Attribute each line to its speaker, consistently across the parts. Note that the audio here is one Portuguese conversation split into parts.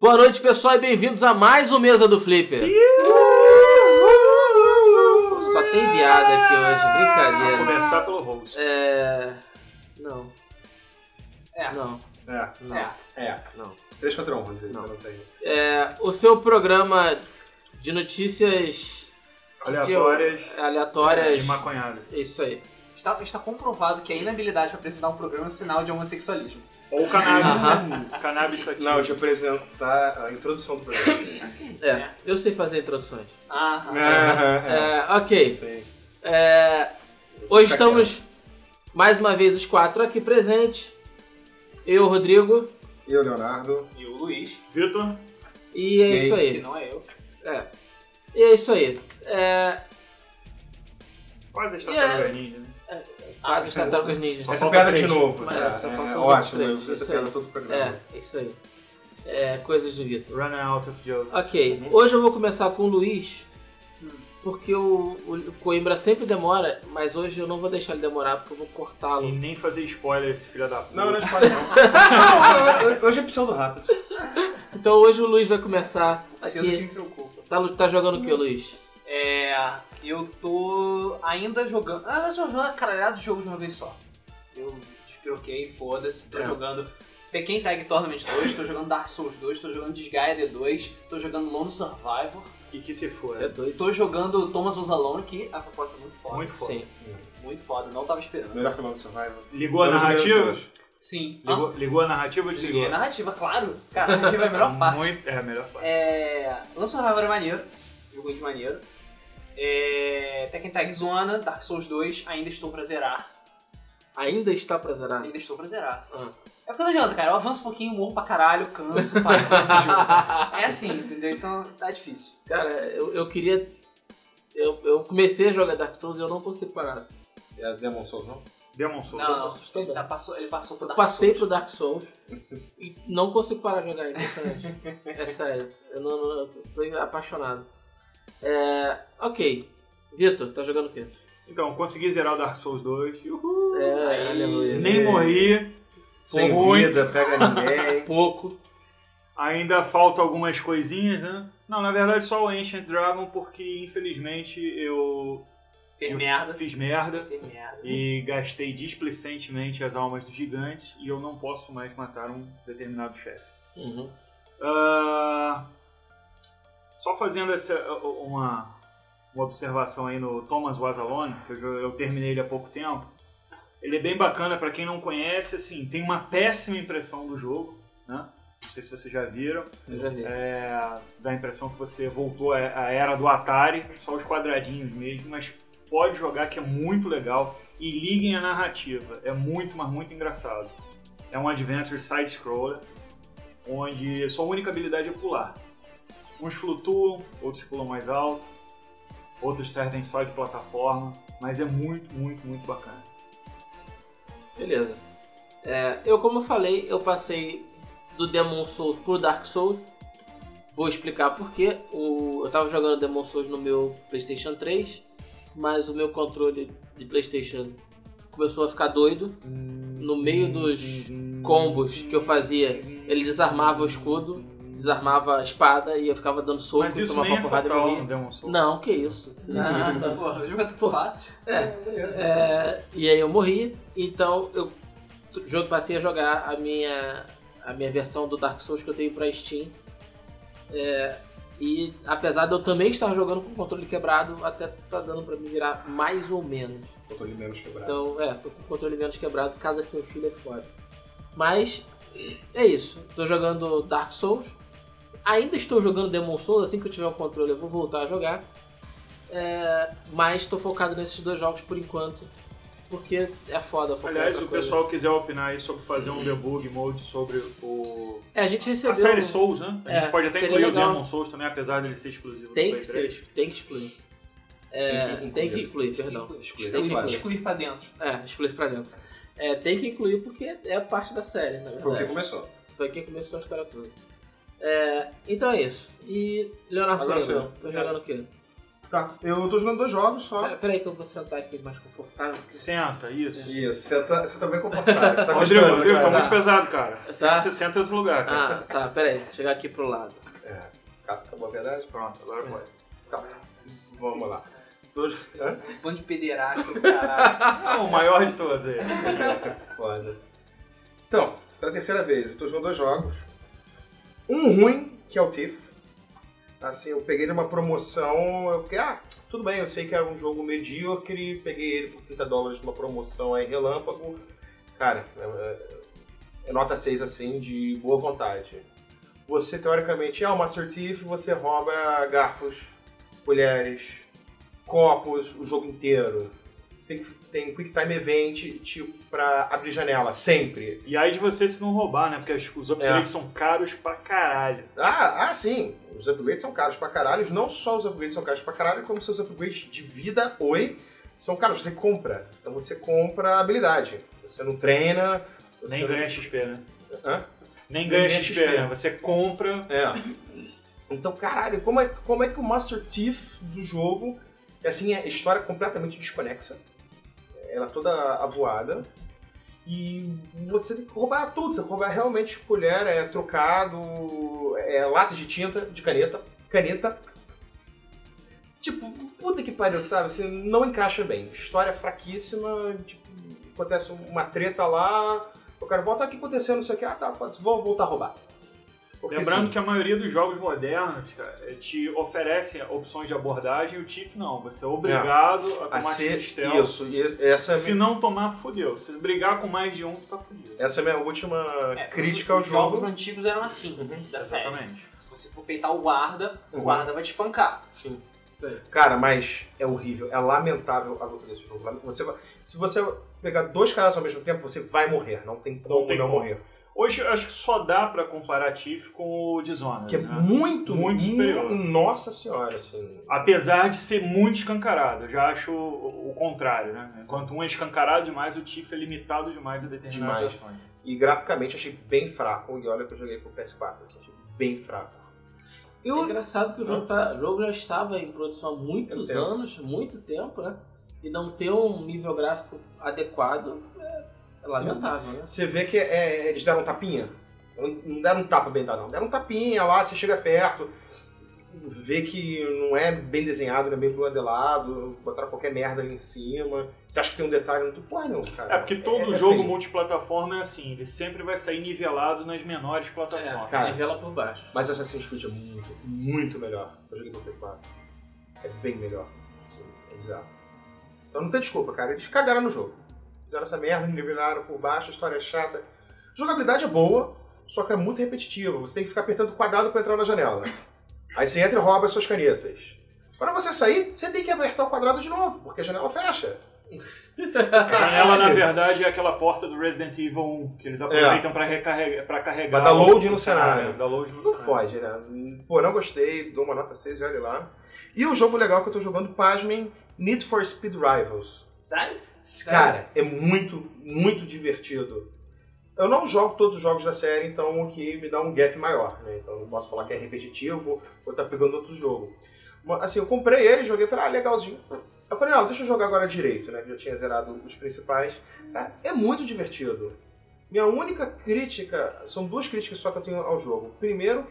Speaker 1: Boa noite, pessoal, e bem-vindos a mais um Mesa do Flipper. Só tem viada aqui hoje,
Speaker 2: Vamos
Speaker 1: brincadeira.
Speaker 2: começar pelo host.
Speaker 1: É. Não.
Speaker 3: É.
Speaker 1: Não,
Speaker 2: É,
Speaker 1: não,
Speaker 3: É.
Speaker 2: é.
Speaker 1: não.
Speaker 2: Três contra um, gente.
Speaker 1: Não.
Speaker 2: Não. tem.
Speaker 1: É, o seu programa de notícias
Speaker 2: Aleatórias.
Speaker 1: de- aleatórias.
Speaker 2: E maconhada.
Speaker 1: É Isso aí.
Speaker 3: Está, está comprovado que a inabilidade para apresentar um programa é um sinal de homossexualismo.
Speaker 2: Ou cannabis. cannabis sativa.
Speaker 4: Não, de apresentar a introdução do programa.
Speaker 1: É, eu sei fazer introduções.
Speaker 3: Ah,
Speaker 4: é,
Speaker 1: É, ok.
Speaker 4: Sim.
Speaker 1: É, hoje
Speaker 4: Fica
Speaker 1: estamos mais uma vez os quatro aqui presentes. Eu, Rodrigo,
Speaker 4: E o Leonardo.
Speaker 3: E o Luiz,
Speaker 2: Vitor,
Speaker 1: e é
Speaker 4: E aí,
Speaker 1: isso aí.
Speaker 3: que não é eu.
Speaker 1: É. E é isso aí. É,
Speaker 2: quase a
Speaker 1: Yeah.
Speaker 2: estratégia ninja, né?
Speaker 1: quase as tartarugas ninjas. É,
Speaker 2: Só
Speaker 4: Essa
Speaker 2: falta
Speaker 4: piada
Speaker 2: três.
Speaker 4: de novo.
Speaker 1: Mas
Speaker 4: é,
Speaker 1: só
Speaker 4: é,
Speaker 1: faltam os outros
Speaker 4: ótimo,
Speaker 1: três. Isso
Speaker 4: essa piada
Speaker 1: aí.
Speaker 4: todo o programa.
Speaker 1: É, é isso aí. É, coisas do Vitor.
Speaker 2: Running out of jokes.
Speaker 1: Ok,
Speaker 2: né?
Speaker 1: hoje eu vou começar com o Luiz, porque o, o Coimbra sempre demora, mas hoje eu não vou deixar ele demorar porque eu vou
Speaker 2: E
Speaker 1: cortá-lo.
Speaker 2: nem fazer spoiler esse filho da puta.
Speaker 4: Não, é não espalha não. Hoje é opção do rápido.
Speaker 1: Então hoje o Luiz vai começar
Speaker 3: Sendo que
Speaker 1: aqui.
Speaker 3: me preocupa.
Speaker 1: Tá, tá jogando o que, Luiz?
Speaker 3: É. Eu tô ainda jogando. Ah, eu tô jogando a caralhada de jogo de uma vez só. Eu despiroquei, foda-se. Tô
Speaker 4: É.
Speaker 3: jogando Tekken Tag Tournament 2, tô jogando Dark Souls 2, tô jogando Disgaea 2, tô jogando Lone Survivor,
Speaker 2: E que se for.
Speaker 1: Você é doido?
Speaker 3: tô jogando Thomas Was Alone, que a proposta é muito foda.
Speaker 2: Muito foda.
Speaker 1: Sim.
Speaker 3: Muito foda, não tava esperando.
Speaker 4: Melhor que o nome do Survival.
Speaker 2: Ligou a
Speaker 4: Eu joguei os
Speaker 2: narrativa?
Speaker 4: dois.
Speaker 3: Sim.
Speaker 2: Ligou, ligou a narrativa ou desligou?
Speaker 3: A é narrativa, claro. Cara, a narrativa é a melhor parte.
Speaker 2: Muito, é a melhor parte.
Speaker 3: É. Lança Survivor é maneiro. Jogo de maneiro. É. Tekken Tag Zona, Dark Souls 2, ainda estou pra zerar.
Speaker 1: Ainda está pra zerar?
Speaker 3: Ainda estou pra zerar.
Speaker 1: Ah.
Speaker 3: É porque não adianta, cara. Eu avanço um pouquinho, morro pra caralho, canso, passo pra outro jogo. É assim, entendeu? Então tá difícil.
Speaker 1: Cara, eu, eu queria. Eu, eu comecei a jogar Dark Souls e eu não consigo parar.
Speaker 4: É Demon Souls, não?
Speaker 1: É.
Speaker 2: Demon Souls.
Speaker 3: Não, não.
Speaker 1: assustador.
Speaker 3: Ele, tá- passou, ele passou pro
Speaker 1: Eu
Speaker 3: Dark
Speaker 1: passei
Speaker 3: Souls.
Speaker 1: pro Dark Souls e não consigo parar de jogar, é impressionante. É sério, eu, não, não- eu tô apaixonado. É, ok, Vitor, tá jogando o quê?
Speaker 2: Então, consegui zerar o Dark Souls 2. Uhul.
Speaker 1: É,
Speaker 3: Aí.
Speaker 1: aleluia.
Speaker 2: Nem
Speaker 4: É.
Speaker 2: morri.
Speaker 4: Sem
Speaker 2: muito.
Speaker 4: vida, pega ninguém.
Speaker 1: Pouco.
Speaker 2: Ainda faltam algumas coisinhas, né? Não, na verdade só o Ancient Dragon, porque infelizmente eu
Speaker 3: Fez merda.
Speaker 2: fiz merda.
Speaker 3: Fez merda.
Speaker 2: e gastei displicentemente as almas dos gigantes e eu não posso mais matar um determinado chefe.
Speaker 1: Uhum.
Speaker 2: Ah, só fazendo essa, uma, uma observação aí no Thomas Was Alone, que eu, jo- eu terminei ele há pouco tempo. Ele é bem bacana pra quem não conhece, assim, tem uma péssima impressão do jogo, né? Não sei se vocês já viram.
Speaker 1: Eu já vi.
Speaker 2: É, dá a impressão que você voltou à- à era do Atari, só os quadradinhos mesmo, mas pode jogar que é muito legal. E liguem a narrativa, é muito, mas muito engraçado. É um adventure side-scroller, onde sua única habilidade é pular. Uns flutuam, outros pulam mais alto, outros servem só de plataforma, mas é muito, muito, muito bacana.
Speaker 1: Beleza. É, eu, como eu falei, eu passei do Demon Souls pro Dark Souls. Vou explicar porquê. O, eu tava jogando Demon Souls no meu PlayStation 3, mas o meu controle de PlayStation começou a ficar doido. No meio dos combos que eu fazia, ele desarmava o escudo, desarmava a espada e eu ficava dando soco
Speaker 2: Mas
Speaker 1: e
Speaker 2: isso
Speaker 1: tomava
Speaker 2: nem é
Speaker 1: porrada e
Speaker 2: fatal
Speaker 1: morria.
Speaker 2: no Demon Souls.
Speaker 1: Não, que isso. tá.
Speaker 3: Ah, porra, o jogo é tão fácil.
Speaker 1: É, e aí eu morri, então eu t- jo- passei a jogar a minha, a minha versão do Dark Souls que eu tenho pra Steam. É, e apesar de eu também estar jogando com o controle quebrado, até tá dando pra me virar mais ou menos.
Speaker 4: Controle menos quebrado.
Speaker 1: Então, é, tô com o controle menos quebrado, casa que meu filho é foda. Mas, é isso. Tô jogando Dark Souls. Ainda estou jogando Demon Souls, assim que eu tiver o controle eu vou voltar a jogar. É, mas tô focado nesses dois jogos por enquanto. Porque é foda focar
Speaker 2: Aliás,
Speaker 1: em
Speaker 2: se o
Speaker 1: outra coisa.
Speaker 2: pessoal quiser opinar aí sobre fazer um debug mode sobre o.
Speaker 1: É, a gente recebeu...
Speaker 2: A série Souls, né? A gente
Speaker 1: É,
Speaker 2: pode até
Speaker 1: seria
Speaker 2: incluir
Speaker 1: legal.
Speaker 2: o Demon Souls também, apesar dele ser exclusivo
Speaker 1: um- Tem
Speaker 2: do
Speaker 1: que
Speaker 2: Play
Speaker 1: ser,
Speaker 2: 3.
Speaker 1: tem que excluir. É,
Speaker 4: Tem que
Speaker 1: tem que
Speaker 4: incluir.
Speaker 1: incluir, perdão.
Speaker 4: Excluir,
Speaker 1: Tem que
Speaker 4: claro.
Speaker 1: incluir.
Speaker 3: Excluir pra dentro.
Speaker 1: É, excluir pra dentro. É, tem que incluir porque é parte da série, na verdade.
Speaker 4: Foi o que começou.
Speaker 1: Foi quem começou a história toda. É, então é isso. E Leonardo
Speaker 4: Agora
Speaker 1: Coimbra,
Speaker 4: sou eu.
Speaker 1: tá jogando o quê?
Speaker 4: Tá, eu tô jogando dois jogos só.
Speaker 1: Pera- Peraí que eu vou sentar aqui mais confortável. porque-
Speaker 2: Senta, isso.
Speaker 4: Isso, você tá, você tá bem confortável. Tá
Speaker 2: Rodrigo,
Speaker 4: gostoso,
Speaker 2: Rodrigo, tá
Speaker 4: cara.
Speaker 2: muito pesado, cara.
Speaker 1: Tá.
Speaker 2: Senta, senta em outro lugar, cara.
Speaker 1: Ah, tá, peraí. Vou chegar aqui pro lado.
Speaker 4: É, acabou a
Speaker 1: Ah.
Speaker 4: verdade?
Speaker 2: Pronto, agora pode.
Speaker 4: Tá, vamos lá.
Speaker 3: Um Bando de pederasta do caralho.
Speaker 1: É
Speaker 2: Ah, o maior de todos aí.
Speaker 4: Foda. Então, pela terceira vez, eu tô jogando dois jogos. Um ruim, que é o Thief. Assim, eu peguei numa promoção, eu fiquei, ah, tudo bem, eu sei que era um jogo medíocre, peguei ele por 30 dólares numa promoção aí, relâmpago. Cara, é, é- é nota 6 assim, de boa vontade. Você, teoricamente, é o Master Thief, você rouba garfos, colheres, copos, o jogo inteiro. Você tem, que- tem quick time event, tipo, pra abrir janela, sempre.
Speaker 2: E aí de você se não roubar, né? Porque as- os
Speaker 4: É.
Speaker 2: upgrades são caros pra caralho.
Speaker 4: Ah, ah, sim. Os upgrades são caros pra caralho. Não só os upgrades são caros pra caralho, como seus upgrades de vida, oi, são caros. Você compra. Então você compra habilidade. Você não treina. Você
Speaker 2: Nem
Speaker 4: não...
Speaker 2: ganha XP, né?
Speaker 4: Hã?
Speaker 2: Nem ganha
Speaker 4: ganha
Speaker 2: XP,
Speaker 4: XP.
Speaker 2: né? Você compra.
Speaker 4: É. Então, caralho, como é, como é que o Master Thief do jogo. é Assim, é história completamente desconexa. Ela é toda avoada. E você tem que roubar tudo. Você tem que roubar realmente colher, é trocado, é lata de tinta, de caneta, caneta. Tipo, puta que pariu, sabe? Você não encaixa bem. História fraquíssima, tipo, acontece uma treta lá. O cara volta, "Ah, o que aconteceu, não sei o que. Ah, tá, foda-se, vou voltar a roubar. Porque,
Speaker 2: Lembrando
Speaker 4: assim,
Speaker 2: que a maioria dos jogos modernos, cara, te oferecem opções de abordagem e o Tiff não. Você é obrigado a
Speaker 4: a
Speaker 2: tomar
Speaker 4: ser,
Speaker 2: ser stealth.
Speaker 4: isso, e essa é, a
Speaker 2: Se
Speaker 4: minha-
Speaker 2: não tomar, fudeu. Se brigar com mais de um, tu tá fudido.
Speaker 4: essa é a minha última
Speaker 3: É,
Speaker 4: crítica
Speaker 3: os-
Speaker 4: ao
Speaker 3: os
Speaker 4: jogo.
Speaker 3: jogos antigos eram assim,
Speaker 4: É
Speaker 3: da série.
Speaker 2: Exatamente.
Speaker 3: Se você for peitar o guarda, o
Speaker 4: Uhum.
Speaker 3: guarda vai te espancar.
Speaker 4: Sim.
Speaker 1: Isso aí.
Speaker 4: Cara, mas é horrível, é lamentável a luta desse jogo. Você vai- se você pegar dois caras ao mesmo tempo, você vai morrer. Não tem como não,
Speaker 2: tem como.
Speaker 4: morrer.
Speaker 2: Hoje eu acho que só dá pra comparar Tiff com o Dishonored,
Speaker 4: Que é
Speaker 2: né?
Speaker 4: muito,
Speaker 2: Muito superior.
Speaker 4: mu- Nossa senhora, assim.
Speaker 2: Apesar de ser muito escancarado, eu já acho o o contrário, né? Enquanto um é escancarado demais, o Tiff é limitado demais a determinadas
Speaker 4: Demais.
Speaker 2: ações.
Speaker 4: E graficamente achei bem fraco. E olha que eu joguei pro PS4, assim, achei bem fraco.
Speaker 1: É
Speaker 4: Eu,
Speaker 1: engraçado que o jogo, tá- o jogo já estava em produção há muitos
Speaker 4: Eu- eu-
Speaker 1: anos, muito tempo, né? E não ter um nível gráfico adequado é, é lamentável, né?
Speaker 4: você vê que é, eles deram um tapinha. Não- Não deram um tapa bem dado, não. Deram um tapinha lá, você chega perto, vê que não é bem desenhado, não é bem modelado, botaram qualquer merda ali em cima. Você acha que tem um detalhe, não tem porra nenhuma, cara.
Speaker 2: É porque todo
Speaker 4: é
Speaker 2: jogo
Speaker 4: feio.
Speaker 2: multiplataforma é assim, ele sempre vai sair nivelado nas menores plataformas.
Speaker 4: É, cara.
Speaker 1: Nivela por baixo.
Speaker 4: Mas Assassin's Creed é muito, muito melhor. Eu joguei pro P4. É bem melhor. Assim, é bizarro. Então não tem desculpa, cara. Eles cagaram no jogo. Fizeram essa merda, nivelaram por baixo, a história é chata. Jogabilidade é boa, só que é muito repetitiva. Você tem que ficar apertando quadrado pra entrar na janela. Aí você entra e rouba as suas canetas. Para você sair, você tem que apertar o quadrado de novo, porque a janela fecha.
Speaker 2: A janela, na verdade, é aquela porta do Resident Evil 1, que eles aproveitam pra, recarregar, pra carregar.
Speaker 4: Pra É. dar load
Speaker 2: o
Speaker 4: no cenário.
Speaker 2: Dar load no
Speaker 4: Não
Speaker 2: cenário.
Speaker 4: foge, né? Pô, não gostei, dou uma nota 6 e olha lá. E o jogo legal é que eu tô jogando, pasmem, Need for Speed Rivals.
Speaker 3: Sabe?
Speaker 4: Cara, é muito, muito divertido. Eu não jogo todos os jogos da série, então o que me dá um gap maior, né? Então eu não posso falar que é repetitivo ou tá pegando outro jogo. Mas, assim, eu comprei ele, joguei, falei, ah, legalzinho. Eu falei, não, deixa eu jogar agora direito, né? Que eu tinha zerado os principais. Cara, é muito divertido. Minha única crítica, são duas críticas só que eu tenho ao jogo. Primeiro,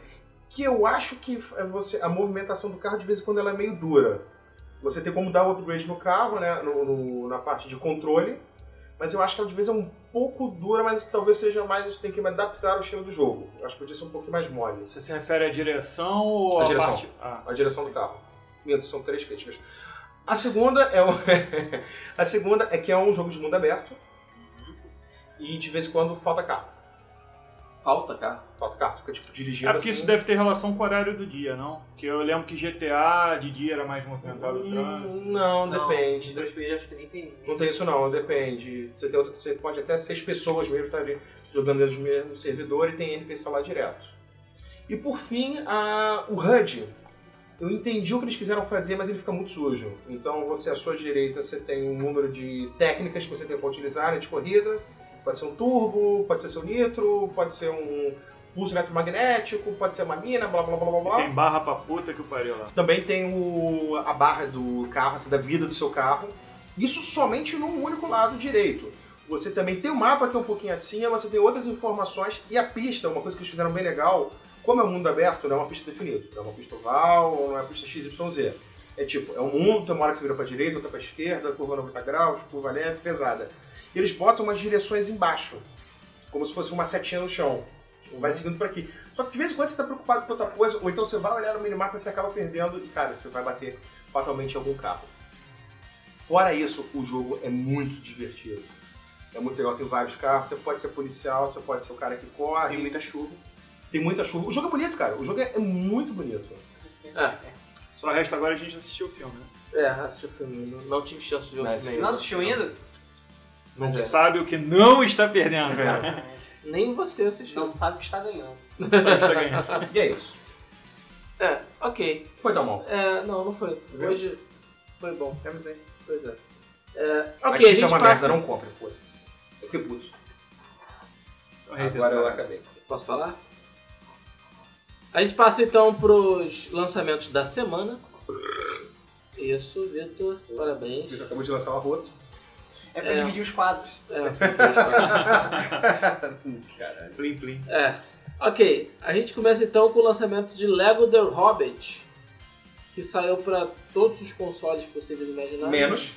Speaker 4: que eu acho que f- é você, a movimentação do carro de vez em quando ela é meio dura. Você tem como dar o upgrade no carro, né? no- no- na parte de controle. Mas eu acho que ela de vez é um pouco dura, mas talvez seja mais. Tem que me adaptar ao estilo do jogo. Eu acho que podia ser um pouquinho mais mole.
Speaker 2: Você se refere à direção ou
Speaker 4: À
Speaker 2: à
Speaker 4: direção.
Speaker 2: parte... Ah,
Speaker 4: A direção do carro. Minto, são três críticas. A segunda é um- a segunda é que é um jogo de mundo aberto.
Speaker 2: Uhum.
Speaker 4: E de vez em quando falta carro.
Speaker 1: Falta, cara.
Speaker 4: Falta carro, você fica tipo dirigindo.
Speaker 2: É porque isso deve ter relação com o horário do dia, não? Porque eu lembro que GTA de dia era mais movimentado o trânsito.
Speaker 4: Hum, Não, depende.
Speaker 3: Dois pedidos, acho que nem tem.
Speaker 4: Não tem isso não, depende. Você tem outro, você pode até seis pessoas mesmo estar ali jogando dentro do mesmo servidor e tem NPC lá direto. E por fim, a- o HUD. Eu entendi o que eles quiseram fazer, mas ele fica muito sujo. Então você à sua direita você tem um número de técnicas que você tem para utilizar né, de corrida. Pode ser um turbo, pode ser seu nitro, pode ser um pulso eletromagnético, pode ser uma mina, blá blá blá blá blá.
Speaker 2: Tem barra pra puta que o pariu lá.
Speaker 4: Também tem o, a barra do carro, assim, da vida do seu carro. Isso somente num único lado direito. Você também tem o mapa que é um pouquinho assim, aí você tem outras informações e a pista, uma coisa que eles fizeram bem legal, como é um mundo aberto, não é uma pista definida, não é uma pista oval, não é uma pista XYZ. É tipo, é um mundo, tem uma hora que você vira pra direita, outra pra esquerda, curva 90 graus, curva leve, pesada. E eles botam umas direções embaixo, como se fosse uma setinha no chão. Tipo, vai seguindo por aqui. Só que de vez em quando você tá preocupado com outra coisa, ou então você vai olhar no minimapa e você acaba perdendo, e cara, você vai bater fatalmente em algum carro. Fora isso, o jogo é muito divertido. É muito legal, tem vários carros, você pode ser policial, você pode ser o cara que corre.
Speaker 3: Tem muita chuva.
Speaker 4: Tem muita chuva. O jogo é bonito, cara. O jogo é, é muito bonito.
Speaker 1: É,
Speaker 2: Só resta agora a gente assistir o filme, né?
Speaker 1: é, assisti o filme. Não, não tive chance de ver o
Speaker 5: Mas
Speaker 1: filme.
Speaker 3: Não assistiu ainda?
Speaker 2: Não
Speaker 1: Mas é.
Speaker 2: sabe o que não está perdendo, né? cara.
Speaker 3: É,
Speaker 1: Nem você assistiu.
Speaker 3: Não sabe o que está ganhando.
Speaker 4: É.
Speaker 2: Não sabe o que está ganhando.
Speaker 4: E é isso.
Speaker 1: É, ok.
Speaker 4: Foi tão mal.
Speaker 1: É, não, não foi. Hoje foi bom.
Speaker 4: É, mas é.
Speaker 1: Pois é. É, ok,
Speaker 4: A
Speaker 1: a
Speaker 4: Tiff é
Speaker 1: gente
Speaker 4: uma
Speaker 1: passa...
Speaker 4: merda, não compra, foda-se. Eu fiquei puto. Agora eu acabei.
Speaker 1: Posso falar? A gente passa então pros lançamentos da semana. Isso, Vitor, parabéns.
Speaker 4: Você acabou de lançar o arroto.
Speaker 3: É pra dividir os quadros.
Speaker 1: É,
Speaker 4: Caralho.
Speaker 2: Plim, plim.
Speaker 1: é. Ok, a gente começa então com o lançamento de Lego The Hobbit, que saiu para todos os consoles possíveis e imaginários.
Speaker 4: Menos.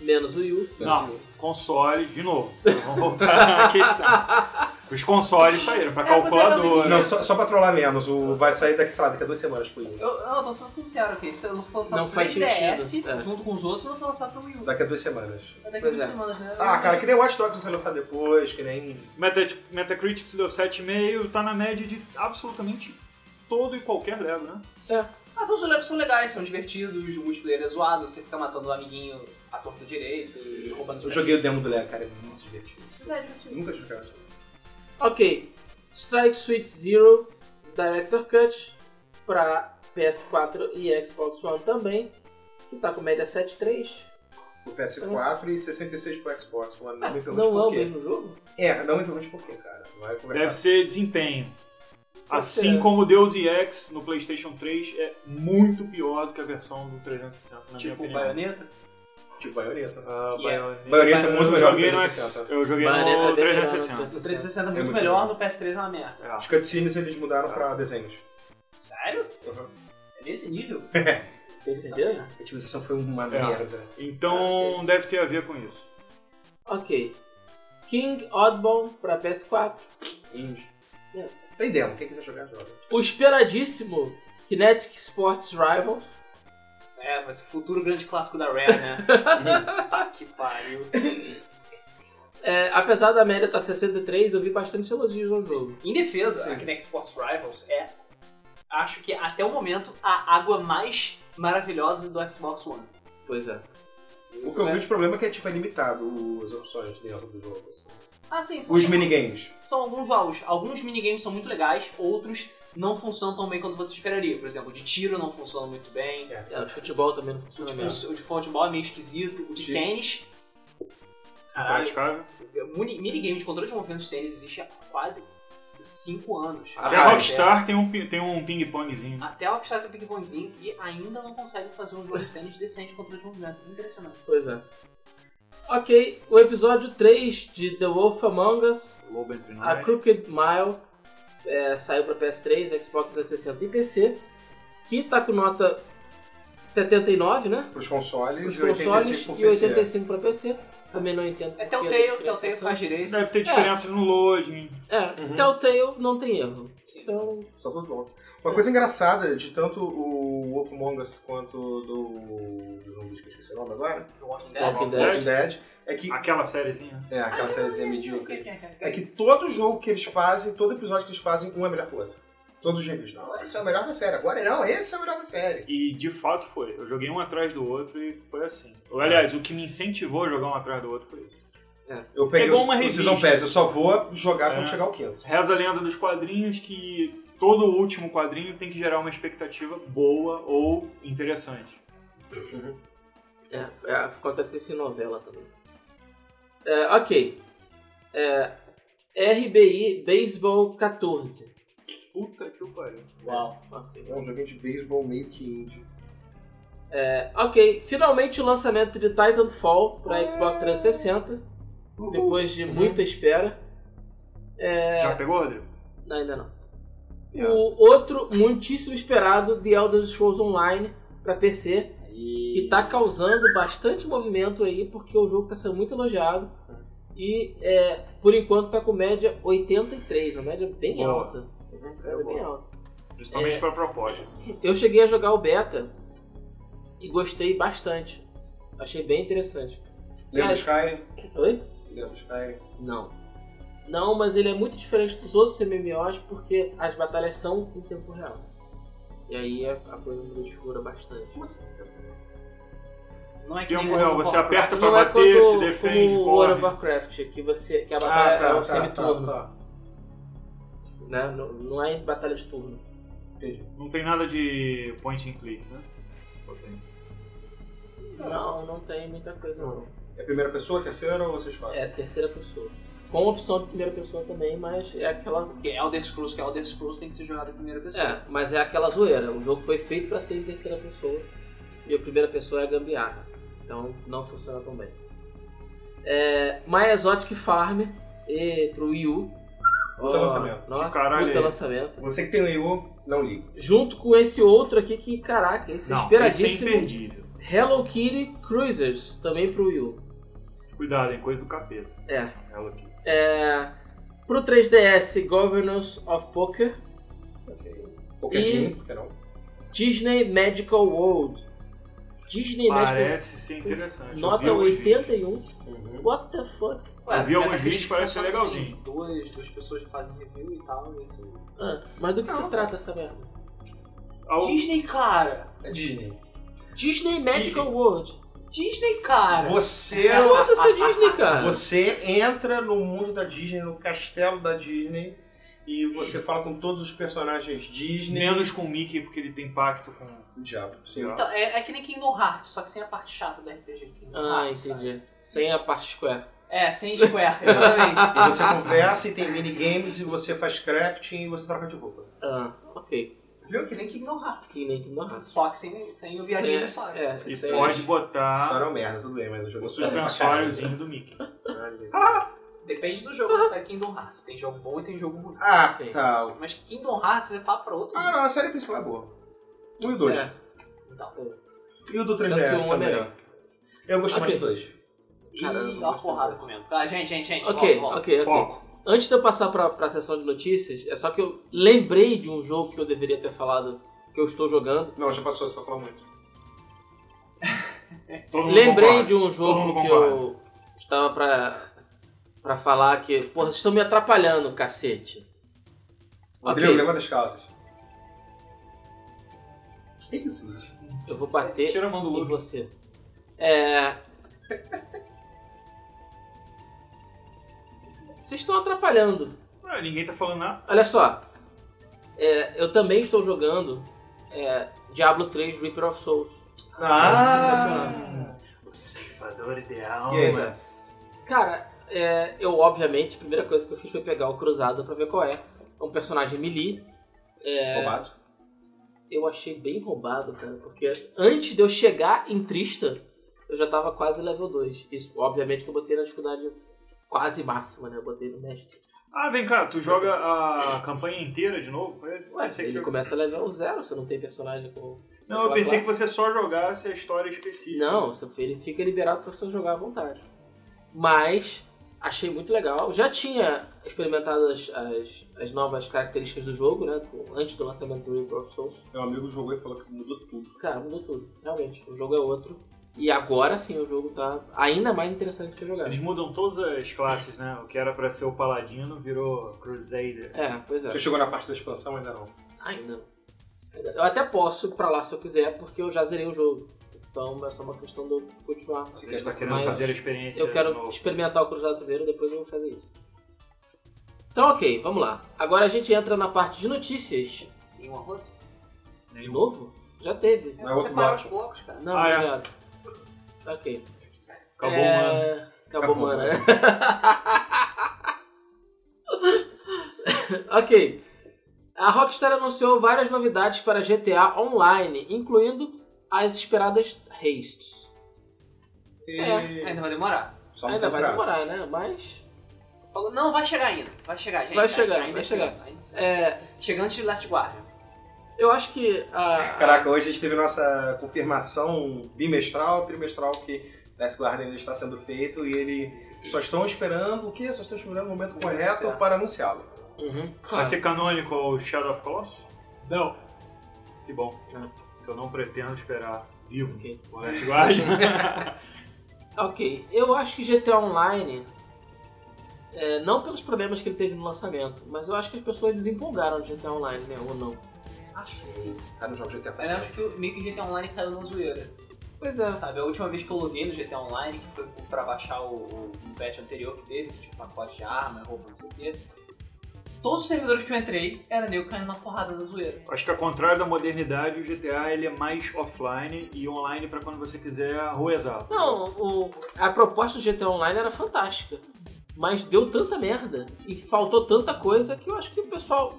Speaker 1: Menos o Wii U.
Speaker 4: É.
Speaker 2: Não, console, de novo. Vamos voltar à questão. Os consoles saíram pra
Speaker 3: É, mas era
Speaker 2: calculadora.
Speaker 4: Não, só, só pra trollar menos. O, vai sair daqui, sei lá, daqui a duas semanas tipo, pro Wii.
Speaker 3: Eu, eu tô sendo sincero aqui. Se eu não for lançar
Speaker 1: Não
Speaker 3: pro
Speaker 1: faz
Speaker 3: 3DS,
Speaker 1: sentido. É.
Speaker 3: junto com os outros, eu não vou lançar pro Wii U.
Speaker 4: Daqui a duas semanas.
Speaker 3: É daqui a
Speaker 1: Pois
Speaker 3: duas
Speaker 1: é.
Speaker 3: semanas, né?
Speaker 4: Ah, cara, que nem Watch Dogs você lançar depois, que nem...
Speaker 2: Metat- Metacritics deu 7,5, tá na média de absolutamente todo e qualquer Lego, né?
Speaker 3: Ah, todos os levels são legais, são divertidos, o multiplayer é zoado, você fica matando o amiguinho à torta direita e roubando os
Speaker 4: Eu joguei o demo do Lego, cara, é muito divertido. Nunca jogava.
Speaker 1: Ok, Strike Suite Zero Director Cut para PS4 e Xbox One também, que tá com média 7.3.
Speaker 4: O PS4 e 66 pro Xbox One. Ah, Não me pergunte
Speaker 1: Não é o
Speaker 4: Então, por quê.
Speaker 1: mesmo jogo?
Speaker 4: É, não me pergunte por quê, cara. Não vai conversar.
Speaker 2: Deve ser desempenho. Assim
Speaker 1: ser.
Speaker 2: como Deus EX no PlayStation 3 é muito pior do que a versão do 360, na
Speaker 3: Tipo,
Speaker 2: minha opinião.
Speaker 3: baioneta.
Speaker 4: Tipo baioneta. né?
Speaker 2: Ah,
Speaker 3: que é-
Speaker 2: Bayonetta.
Speaker 4: Baioneta é muito
Speaker 2: Eu
Speaker 4: melhor que
Speaker 2: joguei no
Speaker 4: 360.
Speaker 2: X- Eu joguei
Speaker 1: Bayonetta
Speaker 2: no
Speaker 1: é bem melhor no
Speaker 2: 360.
Speaker 3: O 360 é muito,
Speaker 4: É muito
Speaker 3: melhor, no PS3 é uma merda.
Speaker 2: É.
Speaker 4: Os cutscenes eles mudaram
Speaker 2: Ah.
Speaker 4: pra desenhos.
Speaker 3: Sério?
Speaker 4: Uhum.
Speaker 3: É nesse nível?
Speaker 1: Tem certeza?
Speaker 4: A otimização foi uma
Speaker 2: É.
Speaker 4: merda.
Speaker 2: Então deve ter a ver com isso.
Speaker 1: Ok. King Oddball para PS4.
Speaker 4: Indie.
Speaker 1: É.
Speaker 4: Tem demo, quem quiser jogar, joga.
Speaker 1: O esperadíssimo Kinetic Sports Rivals.
Speaker 3: É, mas o futuro grande clássico da Rare, né? tá que pariu.
Speaker 1: É, apesar da média estar 63, eu vi bastante elogios no jogo.
Speaker 3: Em defesa,
Speaker 4: Sim.
Speaker 3: a Kinect Sports Rivals é, acho que até o momento, a água mais maravilhosa do Xbox One.
Speaker 1: Pois é.
Speaker 4: O que eu vi de problema é que é tipo é limitado as opções dentro do jogo. assim.
Speaker 3: Ah, sim, são,
Speaker 4: Os minigames.
Speaker 3: são alguns jogos. Alguns minigames são muito legais, outros não funcionam tão bem quanto você esperaria. Por exemplo, o de tiro não funciona muito bem,
Speaker 1: É, o de futebol também não
Speaker 3: o
Speaker 1: funciona
Speaker 3: de,
Speaker 1: mesmo.
Speaker 3: fun- o de futebol é meio esquisito, o de
Speaker 4: Sim.
Speaker 3: tênis.
Speaker 2: Tá
Speaker 3: Caralho,
Speaker 2: Praticável.
Speaker 3: muni- minigame de controle de movimentos de tênis existe há quase 5 anos.
Speaker 4: Ah,
Speaker 2: Até
Speaker 4: cara,
Speaker 2: a Rockstar tem um, pi- tem um ping-pongzinho.
Speaker 3: Até o Rockstar tem um ping-pongzinho e ainda não consegue fazer um jogo de tênis decente contra o movimento. Impressionante.
Speaker 1: Pois é. Ok, o episódio 3 de The Wolf Among Us,
Speaker 2: Lobo entre
Speaker 1: A
Speaker 2: nós.
Speaker 1: Crooked Mile, é, saiu para PS3, Xbox 360 e PC, que tá com nota 79, né?
Speaker 4: Pros consoles
Speaker 1: Os
Speaker 4: e 85
Speaker 1: consoles
Speaker 4: pro é.
Speaker 1: e
Speaker 4: PC.
Speaker 1: 85 para PC. Também não entendo. porque
Speaker 3: É
Speaker 1: a
Speaker 3: Telltale,
Speaker 1: diferenciação.
Speaker 3: Telltale faz direito.
Speaker 2: Deve ter diferenças no loading.
Speaker 1: É,
Speaker 4: Uhum.
Speaker 1: Telltale não tem erro.
Speaker 3: Sim.
Speaker 1: Então,
Speaker 4: Só pros bons. Uma coisa engraçada de tanto o Wolf Among Us quanto do. dos zumbis que eu esqueci o nome agora.
Speaker 3: The Walking Dead.
Speaker 1: Walking Dead.
Speaker 4: Walking Dead. É que.
Speaker 2: Aquela sériezinha.
Speaker 4: É, aquela sériezinha medíocre. É
Speaker 3: É
Speaker 4: que todo jogo que eles fazem, todo episódio que eles fazem, um é melhor que o outro. Todos os reviews. Não, esse é o melhor da série. Agora não, esse é o melhor da série.
Speaker 2: E de fato foi. Eu joguei um atrás do outro e foi assim. Eu, aliás, o que me incentivou a jogar um atrás do outro foi isso.
Speaker 4: Eu peguei
Speaker 2: Pegou
Speaker 4: o-
Speaker 2: uma
Speaker 4: o
Speaker 2: revista.
Speaker 4: Season Pass, eu só vou jogar quando
Speaker 2: É.
Speaker 4: chegar ao quinto.
Speaker 2: Reza a lenda dos quadrinhos que todo último quadrinho tem que gerar uma expectativa boa ou interessante.
Speaker 1: É, é, acontece isso em novela também. É, ok. É, RBI Baseball 14.
Speaker 2: Puta que o pariu.
Speaker 1: Uau.
Speaker 4: É um joguinho de beisebol meio que índio.
Speaker 1: É, Ok, finalmente o lançamento de Titanfall para Xbox 360, depois de
Speaker 2: Uhum.
Speaker 1: muita espera. É.
Speaker 2: Já pegou, Rodrigo?
Speaker 1: Não, ainda não.
Speaker 2: É.
Speaker 1: O outro muitíssimo esperado, The Elder Scrolls Online para PC, que tá causando bastante movimento aí, porque o jogo tá sendo muito elogiado. E é, por enquanto tá com média 83, uma média bem
Speaker 2: Boa.
Speaker 1: alta.
Speaker 4: É
Speaker 1: Média bem
Speaker 4: bom.
Speaker 1: alta.
Speaker 2: Principalmente
Speaker 1: É.
Speaker 2: pra proposta.
Speaker 1: Eu cheguei a jogar o beta e gostei bastante. Achei bem interessante.
Speaker 4: Lembra
Speaker 1: Ah,
Speaker 4: Skyrim?
Speaker 1: Oi?
Speaker 4: Lembra Skyrim?
Speaker 1: Não. Não, mas ele é muito diferente dos outros MMOs porque as batalhas são em tempo real. E aí a, a coisa me desfigura bastante.
Speaker 3: Não é que
Speaker 2: Tempo
Speaker 3: nem
Speaker 2: real,
Speaker 3: World of
Speaker 2: você
Speaker 3: Warcraft.
Speaker 2: aperta pra
Speaker 1: Não é
Speaker 2: bater,
Speaker 1: quando-
Speaker 2: se defende,
Speaker 1: como World of
Speaker 2: corre.
Speaker 1: Warcraft, que, você, que a batalha é o semi-turno.
Speaker 4: Ah, tá.
Speaker 1: né? não, não é em batalha de turno.
Speaker 4: Entendi.
Speaker 2: Não tem nada de point and click, né?
Speaker 1: Não, não tem muita coisa não.
Speaker 4: É primeira pessoa, terceira ou você escolhe?
Speaker 1: É terceira pessoa. Com opção de primeira pessoa também, mas é aquela
Speaker 3: Porque Elder Scrolls, que é Elder Scrolls, tem que ser jogado em primeira pessoa.
Speaker 1: É, mas é aquela zoeira. O jogo foi feito pra ser em terceira pessoa e a primeira pessoa é gambiarra. Então não funciona tão bem. É, My Exotic Farm e, pro Wii U.
Speaker 4: Puta lançamento.
Speaker 1: Nossa,
Speaker 2: Caralho. é
Speaker 1: puta lançamento.
Speaker 4: Você que tem o IU, não liga.
Speaker 1: Junto com esse outro aqui que, caraca, esse é
Speaker 2: Não, esse é
Speaker 1: esperadíssimo.
Speaker 2: imperdível.
Speaker 1: Hello Kitty Cruisers, também pro Wii U.
Speaker 2: Cuidado, é coisa do capeta.
Speaker 1: É.
Speaker 2: Ela aqui.
Speaker 1: é pro 3DS, Governance of Poker.
Speaker 4: Pokézinho, por que não?
Speaker 1: Disney Magical World. Disney
Speaker 2: Ah,
Speaker 1: Magical
Speaker 2: Parece ser interessante. Eu vi
Speaker 1: Nota
Speaker 2: alguns vídeos.
Speaker 1: 81?
Speaker 4: Uhum.
Speaker 1: What the fuck?
Speaker 2: Eu vi alguns
Speaker 3: aquele
Speaker 2: vídeos, parece ser
Speaker 3: funciona
Speaker 2: legalzinho.
Speaker 3: assim, duas, duas pessoas fazem review e tal. e assim. isso.
Speaker 1: Ah, mas do que se trata essa merda?
Speaker 2: Al-
Speaker 3: Disney, cara!
Speaker 4: É Disney.
Speaker 1: Disney Magical World. Ah,
Speaker 3: Disney, cara!
Speaker 4: Você,
Speaker 1: Foda-se Disney, cara.
Speaker 4: você entra no mundo da Disney, no castelo da Disney, e você fala com todos os personagens Disney.
Speaker 2: Menos com o Mickey, porque ele tem pacto com.
Speaker 4: O diabo, sim.
Speaker 3: Então, é, é que nem Kingdom Hearts, só que sem a parte chata do RPG. Kingdom
Speaker 1: Ah,
Speaker 3: Hearts, sabe?
Speaker 1: entendi. Sem a parte square.
Speaker 3: É, sem Square, exatamente.
Speaker 4: E você conversa e tem minigames, e você faz crafting e você troca de roupa.
Speaker 1: Ah, ok.
Speaker 3: Viu? Que nem Kingdom Hearts.
Speaker 1: Que nem que não arrasa.
Speaker 3: Só que sem, sem o viadinho do Sora.
Speaker 1: É,
Speaker 2: E
Speaker 1: sem-
Speaker 2: pode botar
Speaker 1: Ah.
Speaker 4: Sarah é uma merda, tudo bem, mas eu jogo.
Speaker 2: o suspensóriozinho do Mickey.
Speaker 1: Ah,
Speaker 3: Depende do jogo, sabe? Kingdom Hearts. Tem jogo bom e tem jogo ruim.
Speaker 4: Ah,
Speaker 1: Sim.
Speaker 4: tá.
Speaker 3: Mas Kingdom Hearts é papo pra outro.
Speaker 4: Ah, não, a série principal é boa. Um e o dois.
Speaker 1: É,
Speaker 3: Então,
Speaker 1: sendo
Speaker 4: E o do
Speaker 1: que
Speaker 4: 3DS
Speaker 1: um é
Speaker 4: também.
Speaker 1: melhor.
Speaker 4: Eu gostei mais
Speaker 1: Ok.
Speaker 4: do dois.
Speaker 3: e
Speaker 1: Cara, eu não
Speaker 3: dá uma
Speaker 1: gosto
Speaker 3: porrada
Speaker 1: muito.
Speaker 3: comendo. Tá, gente, gente, gente.
Speaker 1: Ok,
Speaker 3: volta, volta.
Speaker 1: ok, ok.
Speaker 2: Foco.
Speaker 1: Antes de eu passar pra, pra sessão de notícias, é só que eu lembrei de um jogo que eu deveria ter falado que eu estou jogando.
Speaker 4: Não, já passou, você vai falar muito.
Speaker 2: Todo mundo
Speaker 1: Lembrei
Speaker 2: concorda.
Speaker 1: de um
Speaker 2: mundo
Speaker 1: jogo que
Speaker 2: concorda.
Speaker 1: eu estava pra, pra falar que... Porra, vocês estão me atrapalhando, cacete.
Speaker 4: Rodrigo, levanta as calças. Que isso, gente?
Speaker 1: Eu vou bater
Speaker 2: Tira a mão do
Speaker 1: em
Speaker 2: Luke.
Speaker 1: você. É. Vocês estão atrapalhando.
Speaker 2: Ah, ninguém tá falando nada.
Speaker 1: Olha só. É, eu também estou jogando é, Diablo 3 Reaper of Souls.
Speaker 4: Ah!
Speaker 2: O ceifador ideal.
Speaker 4: E aí,
Speaker 1: Cara, é, eu obviamente, a primeira coisa que eu fiz foi pegar o Cruzado pra ver qual é. É um personagem melee. É.
Speaker 4: Roubado.
Speaker 1: Eu achei bem roubado, cara, porque antes de eu chegar em Trista, eu já tava quase level 2. Isso, obviamente, que eu botei na dificuldade quase máxima, né? Eu botei no mestre.
Speaker 2: Ah, vem cá, tu joga a campanha inteira de novo? com ele?
Speaker 1: Ué,
Speaker 2: Pensei
Speaker 1: ele
Speaker 2: que você-
Speaker 1: começa level zero, você não tem personagem com.
Speaker 2: Não, eu
Speaker 1: aquela
Speaker 2: pensei que
Speaker 1: classe.
Speaker 2: você só jogasse a história específica.
Speaker 1: Não, você- ele fica liberado pra você jogar à vontade. Mas, achei muito legal. Já tinha experimentado as, as, as novas características do jogo, né? com- Antes do lançamento do Reaper of Souls.
Speaker 4: Meu amigo jogou e falou que mudou tudo.
Speaker 1: Cara, mudou tudo. Realmente, o jogo é outro. E agora sim o jogo tá ainda mais interessante de ser jogado.
Speaker 2: Eles mudam todas as classes, né? O que era pra ser o paladino virou Crusader.
Speaker 1: É, pois é.
Speaker 4: Você chegou na parte da expansão ainda não?
Speaker 1: Ainda não. Eu até posso ir pra lá se eu quiser, porque eu já zerei o jogo. Então é só uma questão de eu continuar.
Speaker 2: Você
Speaker 4: quer-
Speaker 2: está tá querendo
Speaker 1: mas
Speaker 2: fazer a experiência
Speaker 1: Eu
Speaker 2: de
Speaker 1: quero
Speaker 2: novo.
Speaker 1: experimentar o cruzado primeiro, depois eu vou fazer isso. Então ok, vamos lá. Agora a gente entra na parte de notícias.
Speaker 3: Tem um arroz?
Speaker 1: De novo? Já teve.
Speaker 4: Mas outro
Speaker 3: Separar os
Speaker 4: bloco.
Speaker 3: blocos, cara.
Speaker 1: Não,
Speaker 2: Ah, é.
Speaker 1: obrigado. Ok.
Speaker 2: Acabou, mano.
Speaker 1: é... Acabou,
Speaker 4: Acabou,
Speaker 1: mano. ok. A Rockstar anunciou várias novidades para GTA Online, incluindo as esperadas hastes.
Speaker 4: E...
Speaker 1: É.
Speaker 3: Ainda vai demorar.
Speaker 4: Só um
Speaker 1: Ainda vai
Speaker 4: temporada.
Speaker 1: demorar, né? Mas.
Speaker 3: Falou, Não, vai chegar ainda. Vai chegar, gente.
Speaker 1: Vai chegar, vai
Speaker 3: chega, ainda chega.
Speaker 1: É,
Speaker 3: Chegando de Last Guardian.
Speaker 1: eu acho que a.
Speaker 4: Caraca, hoje a gente teve nossa confirmação bimestral, trimestral, que Last Guardian ainda está sendo feito e ele só estão esperando o quê? Só estão esperando o momento
Speaker 3: Momento
Speaker 4: correto
Speaker 3: certo.
Speaker 4: para anunciá-lo.
Speaker 1: Uhum,
Speaker 2: Vai
Speaker 1: claro.
Speaker 2: ser canônico o Shadow of Colossus?
Speaker 1: Não.
Speaker 2: Que bom.
Speaker 1: Ah.
Speaker 2: Que eu não pretendo esperar vivo
Speaker 1: Ok.
Speaker 2: o Last Guardian.
Speaker 1: Ok, eu acho que GTA Online, é, não pelos problemas que ele teve no lançamento, mas eu acho que as pessoas desempolgaram de GTA Online, né? Ou não.
Speaker 4: Acho que sim. Tá no jogo de GTA.
Speaker 1: É,
Speaker 3: Mas
Speaker 1: né?
Speaker 3: eu acho que o meio que GTA Online caiu na zoeira.
Speaker 1: Pois é.
Speaker 3: Sabe, a última vez que eu loguei no GTA Online, que foi pra baixar o, o, o patch anterior que teve, tipo pacote de arma, roupa, não sei o quê. Todos os servidores que eu entrei era nego caindo na porrada da zoeira.
Speaker 2: Acho que ao contrário da modernidade, o GTA ele é mais offline e online pra quando você quiser arruezar.
Speaker 1: Não, o- a proposta do GTA Online era fantástica. Mas deu tanta merda e faltou tanta coisa que eu acho que o pessoal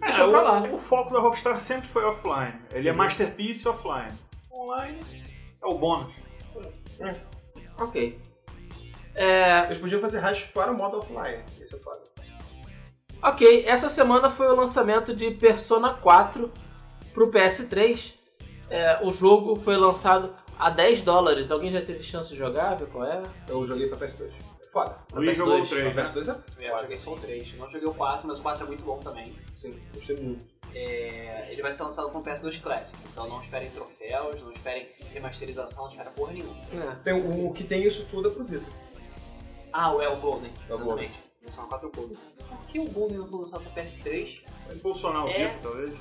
Speaker 2: É,
Speaker 1: deixou pra
Speaker 2: o-
Speaker 1: lá.
Speaker 2: O foco da Rockstar sempre foi offline. Ele
Speaker 4: Uhum.
Speaker 2: é masterpiece offline. Online é o bônus.
Speaker 1: Ok. É,
Speaker 4: Eles podiam fazer hash para o modo offline. Isso é foda.
Speaker 1: ok, essa semana foi o lançamento de Persona 4 pro PS3. É, o jogo foi lançado a 10 dólares. Alguém já teve chance de jogar? Ver qual é?
Speaker 4: Eu joguei pra PS2. É foda.
Speaker 2: Luiz
Speaker 1: PS2,
Speaker 2: jogou o
Speaker 4: Pra
Speaker 2: 3, né?
Speaker 4: PS2 é
Speaker 3: Eu
Speaker 4: foda.
Speaker 3: joguei só o 3, não joguei o 4, mas o 4 é muito bom também.
Speaker 4: Sim, gostei muito.
Speaker 3: É, ele vai ser lançado com PS2 Classic, então não esperem troféus, não esperem remasterização, não esperem porra nenhuma.
Speaker 1: É.
Speaker 4: Tem, o, o que tem isso tudo é pro Vita.
Speaker 3: Ah, o El Golden,
Speaker 4: É o Golden.
Speaker 3: exatamente. Versão 4 Golden. Por que o Golden não foi lançado pra PS3?
Speaker 2: Impulsionar o
Speaker 3: É.
Speaker 2: Vitor, talvez.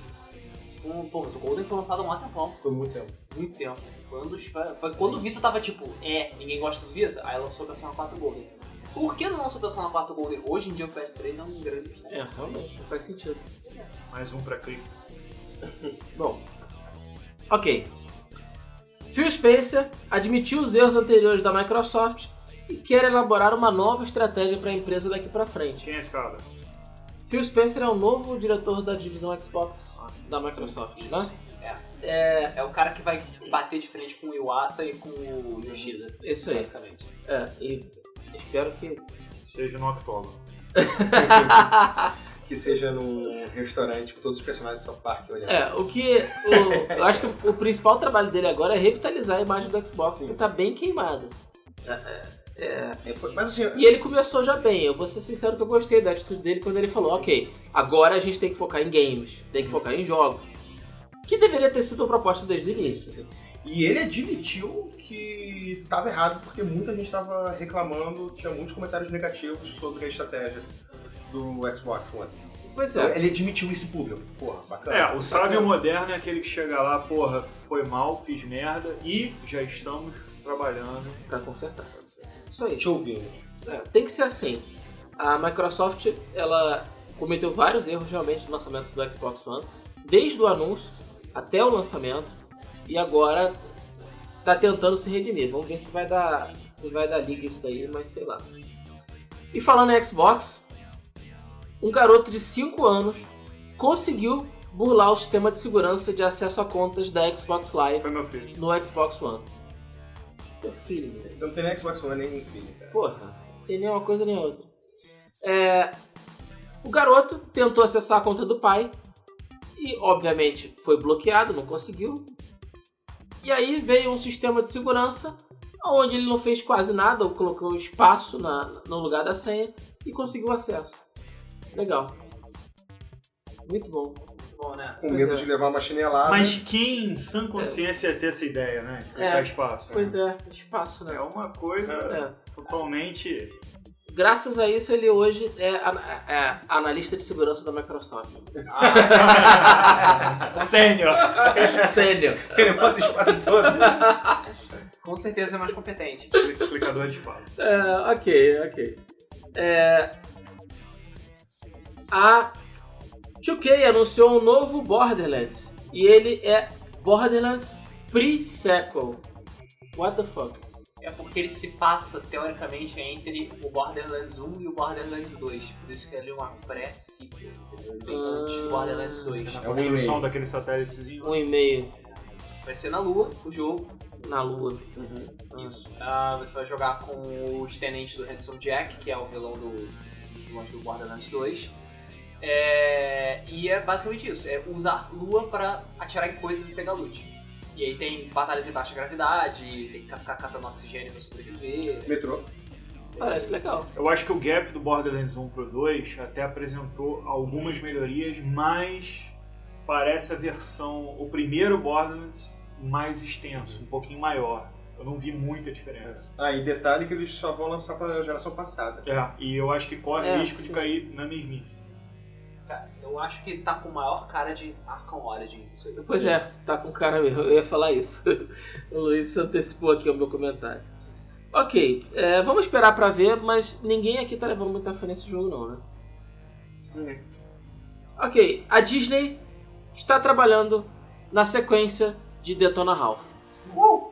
Speaker 3: Um, pô, mas o Golden foi lançado há um tempão.
Speaker 4: Por muito tempo.
Speaker 3: muito tempo. Foi, um dos- foi quando o Vita tava tipo, é, ninguém gosta do Vita, aí lançou o Persona 4 Golden. Por que não lançou o Persona 4 Golden? Hoje em dia o PS3 é um grande mistério.
Speaker 1: É, realmente, não faz sentido.
Speaker 2: Mais um pra clique.
Speaker 4: Bom,
Speaker 1: Ok. Phil Spencer admitiu os erros anteriores da Microsoft e quer elaborar uma nova estratégia para a empresa daqui para frente.
Speaker 2: Quem é esse cara?
Speaker 1: Phil Spencer é o novo diretor da divisão Xbox da Microsoft, né?
Speaker 3: É, o cara que vai bater de frente com o Iwata e com o Yoshida.
Speaker 1: Isso aí.
Speaker 3: Basicamente.
Speaker 1: É, e espero que.
Speaker 2: Seja no octógono.
Speaker 4: que seja num restaurante com todos os personagens de South Park olhando.
Speaker 1: É, o que. o- eu acho que o principal trabalho dele agora é revitalizar a imagem do Xbox, que tá bem queimada.
Speaker 4: É, foi- Mas assim,
Speaker 1: E ele começou já bem, eu vou ser sincero que eu gostei da atitude dele quando ele falou, ok, agora a gente tem que focar em games, tem que focar em jogos. Que deveria ter sido a proposta desde o início. assim.
Speaker 4: E ele admitiu que estava errado, porque muita gente estava reclamando, tinha muitos comentários negativos sobre a estratégia do Xbox One.
Speaker 1: Pois
Speaker 4: Então,
Speaker 1: é,
Speaker 4: ele admitiu isso em público. Porra, bacana.
Speaker 2: É, o sábio moderno é aquele que chega lá, porra, foi mal, fiz merda e já estamos trabalhando.
Speaker 1: pra consertar. Isso aí.
Speaker 4: Te ouvindo.
Speaker 1: É, tem que ser assim. A Microsoft, ela cometeu vários erros realmente no lançamento do Xbox One, desde o anúncio até o lançamento, e agora tá tentando se redimir. Vamos ver se vai dar, se vai dar liga isso daí, mas sei lá. E falando em Xbox, um garoto de 5 anos conseguiu burlar o sistema de segurança de acesso a contas da Xbox Live
Speaker 2: Foi meu filho.
Speaker 1: no Xbox One. Seu filho, né?
Speaker 4: Você não tem nem Xbox One, nem filho, cara.
Speaker 1: Porra, não tem nem uma coisa nem outra. É, o garoto tentou acessar a conta do pai e, obviamente, foi bloqueado, não conseguiu. E aí veio um sistema de segurança onde ele não fez quase nada, ou colocou espaço na, no lugar da senha e conseguiu acesso. Legal. Muito bom.
Speaker 3: Bom, né?
Speaker 4: Com medo de levar uma chinelada.
Speaker 2: Mas quem em sã consciência ia ter essa ideia, né?
Speaker 1: É.
Speaker 2: Dá espaço.
Speaker 1: Pois é, espaço, né?
Speaker 2: É uma coisa
Speaker 1: É.
Speaker 2: totalmente.
Speaker 1: Graças a isso, ele hoje é, ana- é analista de segurança da Microsoft.
Speaker 2: Sênior!
Speaker 1: Sério.
Speaker 4: Ele bota espaço em todos. né?
Speaker 3: Com certeza é mais competente.
Speaker 2: Explicador de espaço.
Speaker 1: É, ok, ok. É, a 2K anunciou um novo Borderlands. E ele é Borderlands Pre-Sequel. What the fuck?
Speaker 3: é porque ele se passa, teoricamente, entre o Borderlands 1 e o Borderlands 2. Por isso que ele é uma pré-sequel, entendeu? Ele vem antes do Borderlands 2.
Speaker 2: Na
Speaker 5: É um
Speaker 2: construção
Speaker 5: e-mail.
Speaker 2: daquele satélitezinho.
Speaker 1: Um e-mail
Speaker 3: Vai ser na Lua, o jogo.
Speaker 1: na lua.
Speaker 3: Isso. Ah, você vai jogar com os tenentes do Handsome Jack, que é o vilão do, do antigo Borderlands 2. É, e é basicamente isso: é usar lua pra atirar em coisas e pegar loot. E aí tem batalhas em baixa gravidade, tem que ficar catando oxigênio pra sobreviver.
Speaker 4: Metrô.
Speaker 1: Parece legal.
Speaker 2: Eu acho que o gap do Borderlands 1 pro 2 até apresentou algumas melhorias, mas parece a versão, o primeiro Borderlands mais extenso, um pouquinho maior. Eu não vi muita diferença.
Speaker 4: Ah, e detalhe que eles só vão lançar pra geração passada.
Speaker 2: É, e eu acho que corre
Speaker 1: É,
Speaker 2: risco
Speaker 1: sim.
Speaker 2: de cair na mesmice.
Speaker 3: Cara, eu acho que tá com maior cara de Arkham Origins isso aí.
Speaker 1: Pois é, tá com cara mesmo. Eu ia falar isso. o Luiz antecipou aqui o meu comentário. Ok, é, vamos esperar pra ver, mas ninguém aqui tá levando muita fé nesse jogo não, né?
Speaker 4: Hum.
Speaker 1: Ok, a Disney está trabalhando na sequência de Detona Ralph.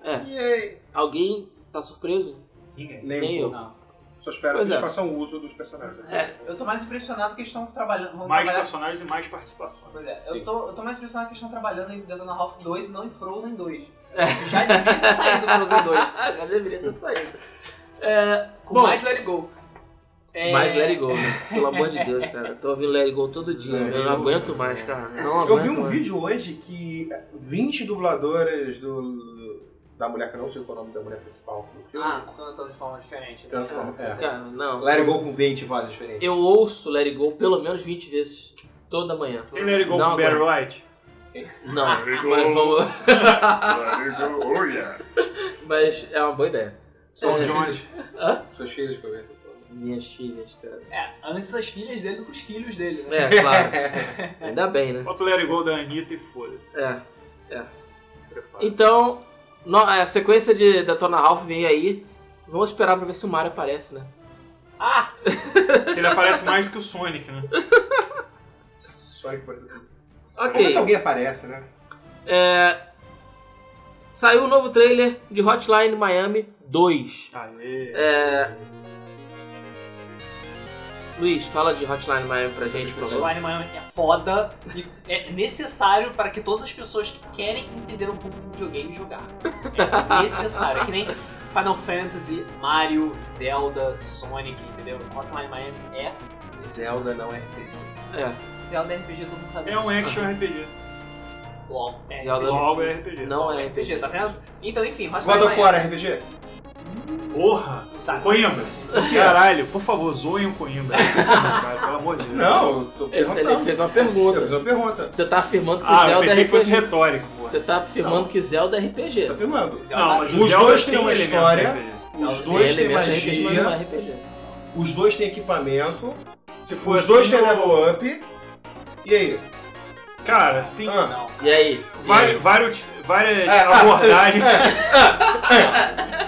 Speaker 1: É.
Speaker 4: E aí?
Speaker 1: Alguém tá surpreso?
Speaker 2: Ninguém.
Speaker 1: Nem
Speaker 4: Nem um
Speaker 1: eu.
Speaker 4: pouco.
Speaker 3: Não.
Speaker 4: Só espero
Speaker 1: Pois
Speaker 4: que eles
Speaker 1: é.
Speaker 4: façam uso dos personagens. assim.
Speaker 1: É,
Speaker 3: Eu tô mais impressionado que eles estão trabalhando. vão
Speaker 2: Mais
Speaker 3: trabalhar-
Speaker 2: personagens e mais participações.
Speaker 3: Pois é,
Speaker 4: Sim.
Speaker 3: eu tô, eu tô mais impressionado que eles estão trabalhando em Detona Ralph 2 e não em Frozen 2.
Speaker 1: É.
Speaker 3: Já devia ter saído Frozen 2.
Speaker 1: já deveria ter saído. É,
Speaker 3: Com
Speaker 1: bom,
Speaker 3: mais Let It Go. É,
Speaker 1: mais Let It Go, né? pelo amor de Deus, cara. Tô ouvindo Let It Go todo dia, né?
Speaker 4: Let It
Speaker 1: eu não
Speaker 4: Go.
Speaker 1: aguento mais, cara. Não
Speaker 4: Eu vi
Speaker 1: aguento
Speaker 4: um
Speaker 1: mais.
Speaker 4: vídeo hoje que 20 dubladoras do, da mulher que eu não sei qual é o nome da mulher principal do filme.
Speaker 3: Ah, cantando de forma diferente. né?
Speaker 4: Transforma- é.
Speaker 1: Cara, não.
Speaker 4: Larry Go com 20 vozes diferentes.
Speaker 1: Eu ouço Let It Go pelo menos 20 vezes toda manhã.
Speaker 2: Tem Let It Go
Speaker 1: Não
Speaker 2: com Barry
Speaker 1: aguento.
Speaker 2: White?
Speaker 1: Não,
Speaker 5: Let It Go.
Speaker 1: mas vamos- Ah.
Speaker 5: Oh, yeah.
Speaker 1: mas é uma boa ideia.
Speaker 4: São
Speaker 1: É.
Speaker 4: os filhos.
Speaker 1: Hã?
Speaker 4: Seus filhos conversam todos.
Speaker 1: Minhas filhas, cara.
Speaker 3: É, antes as filhas dele do que os filhos dele, né?
Speaker 1: É, claro. Ainda bem, né?
Speaker 2: Bota o Let It Go da Anitta e foda-se.
Speaker 1: É.
Speaker 2: Prepara.
Speaker 1: Então, no- a sequência de Detona Ralph vem aí. Vamos esperar pra ver se o Mario aparece, né?
Speaker 3: Ah!
Speaker 2: Se ele aparece mais que o Sonic, né?
Speaker 4: Sonic, por exemplo.
Speaker 1: Ok.
Speaker 4: Vamos
Speaker 1: é
Speaker 4: ver se alguém aparece, né?
Speaker 1: Saiu o novo trailer de Hotline Miami 2.
Speaker 2: Aê.
Speaker 1: Luiz, fala de Hotline Miami pra gente, por favor.
Speaker 3: Hotline Miami é foda e é necessário para que todas as pessoas que querem entender um pouco de videogame jogar. É necessário. É que nem Final Fantasy, Mario, Zelda, Sonic, entendeu? Hotline Miami é
Speaker 4: Zelda não é triste.
Speaker 1: É,
Speaker 3: Zelda é RPG, todo mundo sabe
Speaker 2: É um
Speaker 3: disso.
Speaker 2: action RPG.
Speaker 3: LOL. É
Speaker 1: Zelda
Speaker 3: RPG.
Speaker 2: Logo é RPG.
Speaker 1: não é
Speaker 3: RPG,
Speaker 1: RPG.
Speaker 3: tá vendo? Então, enfim, Hotline
Speaker 4: God of
Speaker 3: Miami.
Speaker 4: War é RPG?
Speaker 2: Porra!
Speaker 3: Tá,
Speaker 2: Coimbra. Caralho, por favor, zoem o Coimbra. Esse comentário, Pelo amor de Deus.
Speaker 4: Não, eu tô
Speaker 1: Ele, ele
Speaker 4: perguntando.
Speaker 1: fez uma
Speaker 4: tá- Eu
Speaker 1: pergunta.
Speaker 4: fiz uma pergunta.
Speaker 1: Você tá afirmando que
Speaker 2: Ah, eu
Speaker 1: Zelda é
Speaker 2: pensei que
Speaker 1: RPG.
Speaker 2: fosse retórico, porra.
Speaker 1: Você tá afirmando que Zelda é
Speaker 4: Tá
Speaker 1: RPG.
Speaker 4: filmando.
Speaker 3: Zelda-
Speaker 2: Não, mas o
Speaker 4: Os
Speaker 2: Zelda
Speaker 4: dois
Speaker 2: tem
Speaker 4: têm uma
Speaker 2: elementos
Speaker 4: história.
Speaker 2: de RPG.
Speaker 4: Os
Speaker 1: Tem
Speaker 4: dois têm
Speaker 1: elementos de RPG, mas não é
Speaker 4: magia,
Speaker 1: RPG.
Speaker 4: os dois têm equipamento,
Speaker 2: Se for
Speaker 4: os dois
Speaker 2: assim,
Speaker 4: têm
Speaker 2: eu-
Speaker 4: level up. E aí?
Speaker 2: Cara, tem
Speaker 4: Ah.
Speaker 3: Não.
Speaker 1: E aí?
Speaker 2: vari-
Speaker 1: E
Speaker 2: vários- várias
Speaker 4: É, ah,
Speaker 2: abordagens,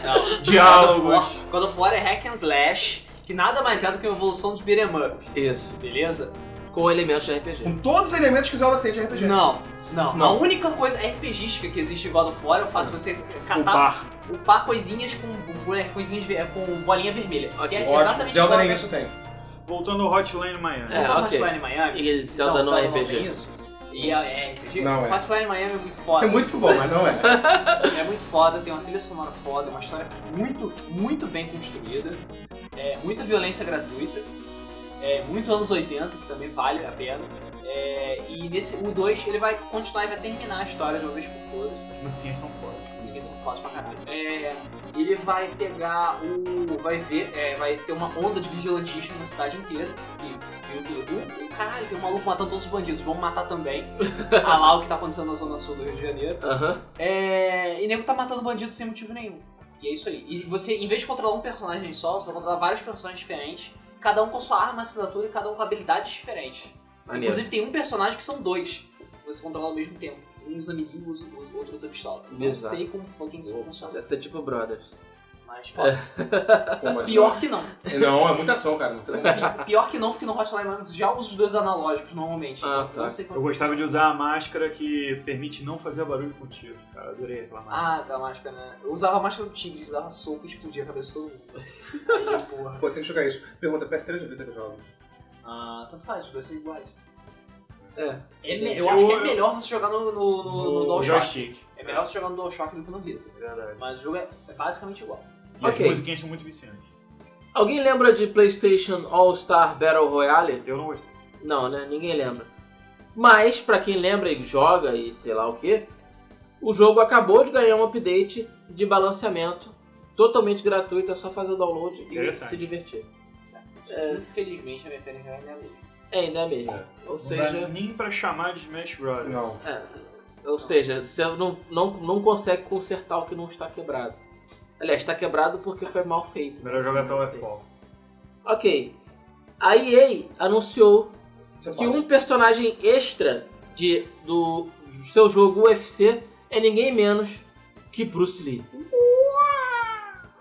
Speaker 3: Não.
Speaker 2: diálogos.
Speaker 3: God of War é hack and slash, que nada mais é do que uma evolução de beat'em up,
Speaker 1: aí? Isso.
Speaker 3: beleza?
Speaker 1: Com elementos de RPG.
Speaker 4: Com todos os elementos que Zelda tem de RPG.
Speaker 3: Não, não,
Speaker 4: Não.
Speaker 3: A única coisa RPGística que existe em God of War é o fato de você
Speaker 2: O
Speaker 3: catar,
Speaker 2: bar.
Speaker 3: upar coisinhas com boneco- coisinhas ver- com bolinha vermelha.
Speaker 1: Ok,
Speaker 3: E é
Speaker 4: Ótimo.
Speaker 3: exatamente
Speaker 4: Zelda
Speaker 3: igual
Speaker 4: nem
Speaker 3: a-
Speaker 4: isso tem.
Speaker 2: Voltando ao Hotline Miami.
Speaker 1: É,
Speaker 3: Então,
Speaker 1: ok.
Speaker 3: Hotline Miami.
Speaker 1: E Zelda não, é
Speaker 3: tem
Speaker 1: RPG.
Speaker 3: isso. E é é RPG?
Speaker 4: Não é.
Speaker 3: Hotline Miami é muito foda.
Speaker 4: É muito bom, mas não é.
Speaker 3: É muito foda, tem uma trilha sonora foda, uma história muito, muito bem construída, é, muita violência gratuita, é, muito anos 80, que também vale a pena. É, e nesse o 2 ele vai continuar e vai terminar a história de uma vez por todas.
Speaker 2: As musiquinhas são fodas.
Speaker 3: Os games são fodas pra caralho. É, ele vai pegar o. vai ver, é, vai ter uma onda de vigilantismo na cidade inteira. E viu que. Uh, caralho, tem um maluco matando todos os bandidos, vamos matar também. a lá o que tá acontecendo na zona sul do Rio de Janeiro.
Speaker 1: Aham.
Speaker 3: É, e nego tá matando bandido sem motivo nenhum. E é isso aí. E você, em vez de controlar um personagem só, você vai controlar vários personagens diferentes, cada um com a sua arma, assinatura e cada um com habilidades diferentes.
Speaker 1: Maneiro.
Speaker 3: Inclusive tem um personagem que são dois. que Você controla ao mesmo tempo. Um usa amiguinho, usa, usa, outro usa pistola. Não
Speaker 1: Exato.
Speaker 3: sei como fucking isso funciona.
Speaker 1: Deve ser tipo Brothers.
Speaker 3: Mas foda.
Speaker 4: Pô, mas
Speaker 3: Pior que não.
Speaker 4: Não, é muita ação, cara. Muita...
Speaker 3: Pior que não, porque no Hotline Miami já usa os dois analógicos normalmente.
Speaker 1: Ah,
Speaker 3: então,
Speaker 1: tá.
Speaker 3: Não sei
Speaker 2: Eu
Speaker 3: como...
Speaker 2: gostava de usar a máscara que permite não fazer barulho com tiro, cara. Adorei aquela máscara.
Speaker 3: Ah, tá, a máscara, né? Eu usava a máscara do tigre, dava soco e explodia a cabeça de todo mundo. Aí, porra.
Speaker 4: Pô, tem que jogar isso. Pergunta, PS3 ou Vita que eu jogo?
Speaker 3: Ah, tanto faz, os dois são iguais.
Speaker 1: É.
Speaker 3: É me-
Speaker 2: Eu-
Speaker 3: eu acho que é
Speaker 2: eu-
Speaker 3: melhor você jogar no, no, no, no
Speaker 2: No
Speaker 3: DualShock.
Speaker 2: joystick.
Speaker 3: É melhor você jogar no DualShock do que no Vita.
Speaker 2: Verdade.
Speaker 3: Mas o jogo é é basicamente igual.
Speaker 2: E
Speaker 1: Ok.
Speaker 2: as musiquinhas são muito viciantes.
Speaker 1: Alguém lembra de PlayStation All Star Battle Royale?
Speaker 2: Eu não gostei.
Speaker 1: Não, né? Ninguém lembra. Mas, pra quem lembra e joga e sei lá o que, o jogo acabou de ganhar um update de balanceamento totalmente gratuito, é só fazer o download e
Speaker 2: Interessante.
Speaker 1: se divertir.
Speaker 3: Infelizmente a mecânica ainda é a mesma.
Speaker 1: É, ainda é mesmo. Ou
Speaker 2: Não
Speaker 1: seja,
Speaker 2: dá nem pra chamar de Smash Brothers.
Speaker 4: Não.
Speaker 1: É, ou seja, você não, não, não consegue consertar o que não está quebrado. Aliás, está quebrado porque foi mal feito.
Speaker 2: Melhor jogar
Speaker 1: Não sei.
Speaker 2: Towerfall.
Speaker 1: Ok. A EA anunciou
Speaker 4: Você
Speaker 1: que
Speaker 4: fala.
Speaker 1: um personagem extra de, do seu jogo UFC é ninguém menos que Bruce Lee.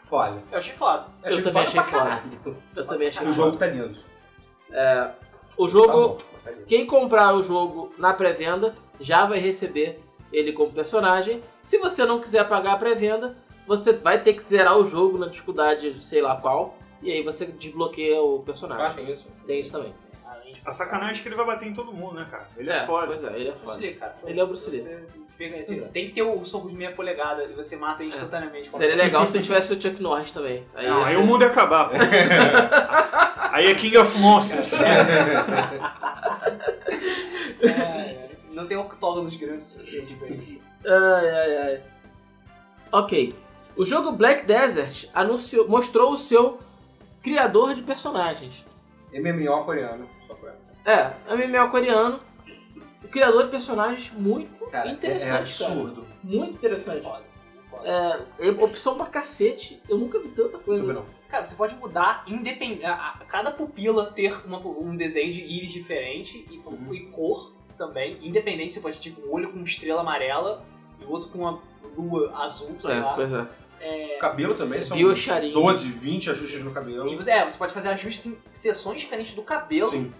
Speaker 4: Falha.
Speaker 3: Eu achei foda.
Speaker 1: um? Eu também achei foda. Eu também achei
Speaker 4: O
Speaker 1: foda.
Speaker 4: jogo tá lindo.
Speaker 1: O
Speaker 4: Tá
Speaker 1: jogo,
Speaker 4: bom, mas tá lindo.
Speaker 1: quem comprar o jogo na pré-venda já vai receber ele como personagem. Se você não quiser pagar a pré-venda, você vai ter que zerar o jogo na dificuldade sei lá qual. E aí você desbloqueia o
Speaker 4: Ah,
Speaker 1: personagem.
Speaker 4: tem isso.
Speaker 1: Tem isso também.
Speaker 3: Além de-
Speaker 2: A sacanagem é que ele vai bater em todo mundo, né, cara? Ele é, foda.
Speaker 1: Pois é, ele é
Speaker 3: Bruce
Speaker 1: foda.
Speaker 3: Lee, cara.
Speaker 1: Ele é o Bruce Lee. Uhum.
Speaker 3: Você pega- tem-
Speaker 1: Exato.
Speaker 3: Tem que ter o soco de meia polegada e você mata ele instantaneamente.
Speaker 1: É. Seria legal se tivesse o Chuck Norris também. Aí
Speaker 2: não,
Speaker 1: ia
Speaker 2: aí
Speaker 1: ser-
Speaker 2: o mundo ia acabar, pô. aí é King of Monsters. né?
Speaker 3: É, não tem octógonos grandes o suficiente pra isso.
Speaker 1: Ai, ai, ai. Ok. O jogo Black Desert anunciou, mostrou o seu criador de personagens.
Speaker 4: MMO coreano. Só pra...
Speaker 1: É, MMO coreano. O criador de personagens muito
Speaker 4: Cara, é-
Speaker 1: interessante,
Speaker 4: é absurdo.
Speaker 1: cara. Muito interessante.
Speaker 3: Foda. foda.
Speaker 1: É, é opção pra cacete. Eu nunca vi tanta
Speaker 4: Muito bem,
Speaker 1: coisa.
Speaker 4: não.
Speaker 3: Cara, você pode mudar independente. Cada pupila ter uma- um desenho de íris diferente e,
Speaker 1: Uhum.
Speaker 3: e cor também. Independente, você pode ter tipo um olho com estrela amarela e o outro com uma lua azul, sei
Speaker 1: É,
Speaker 3: lá.
Speaker 1: pois é.
Speaker 4: O cabelo também são
Speaker 1: Bio Sharin.
Speaker 4: 12, 20 ajustes no cabelo.
Speaker 3: E você, é, você pode fazer ajustes em seções diferentes do cabelo
Speaker 4: Sim.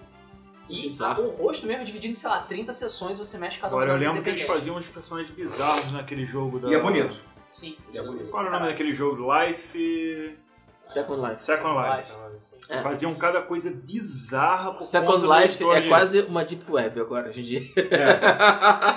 Speaker 3: e
Speaker 1: Bizarro.
Speaker 3: o rosto mesmo é dividido em, sei lá, 30 seções e você mexe cada um
Speaker 2: Agora eu
Speaker 3: uma delas
Speaker 2: lembro que eles
Speaker 3: independente.
Speaker 2: faziam uns personagens bizarros naquele jogo da.
Speaker 4: E é bonito.
Speaker 3: Sim.
Speaker 4: E é bonito.
Speaker 2: Qual era o nome daquele jogo? Life.
Speaker 1: Second Life.
Speaker 2: Second Life.
Speaker 3: Sim.
Speaker 1: É.
Speaker 2: Faziam cada coisa bizarra por
Speaker 1: Second
Speaker 2: conta da
Speaker 1: Life é
Speaker 2: história.
Speaker 1: quase uma Deep Web agora, hoje em dia.
Speaker 4: É.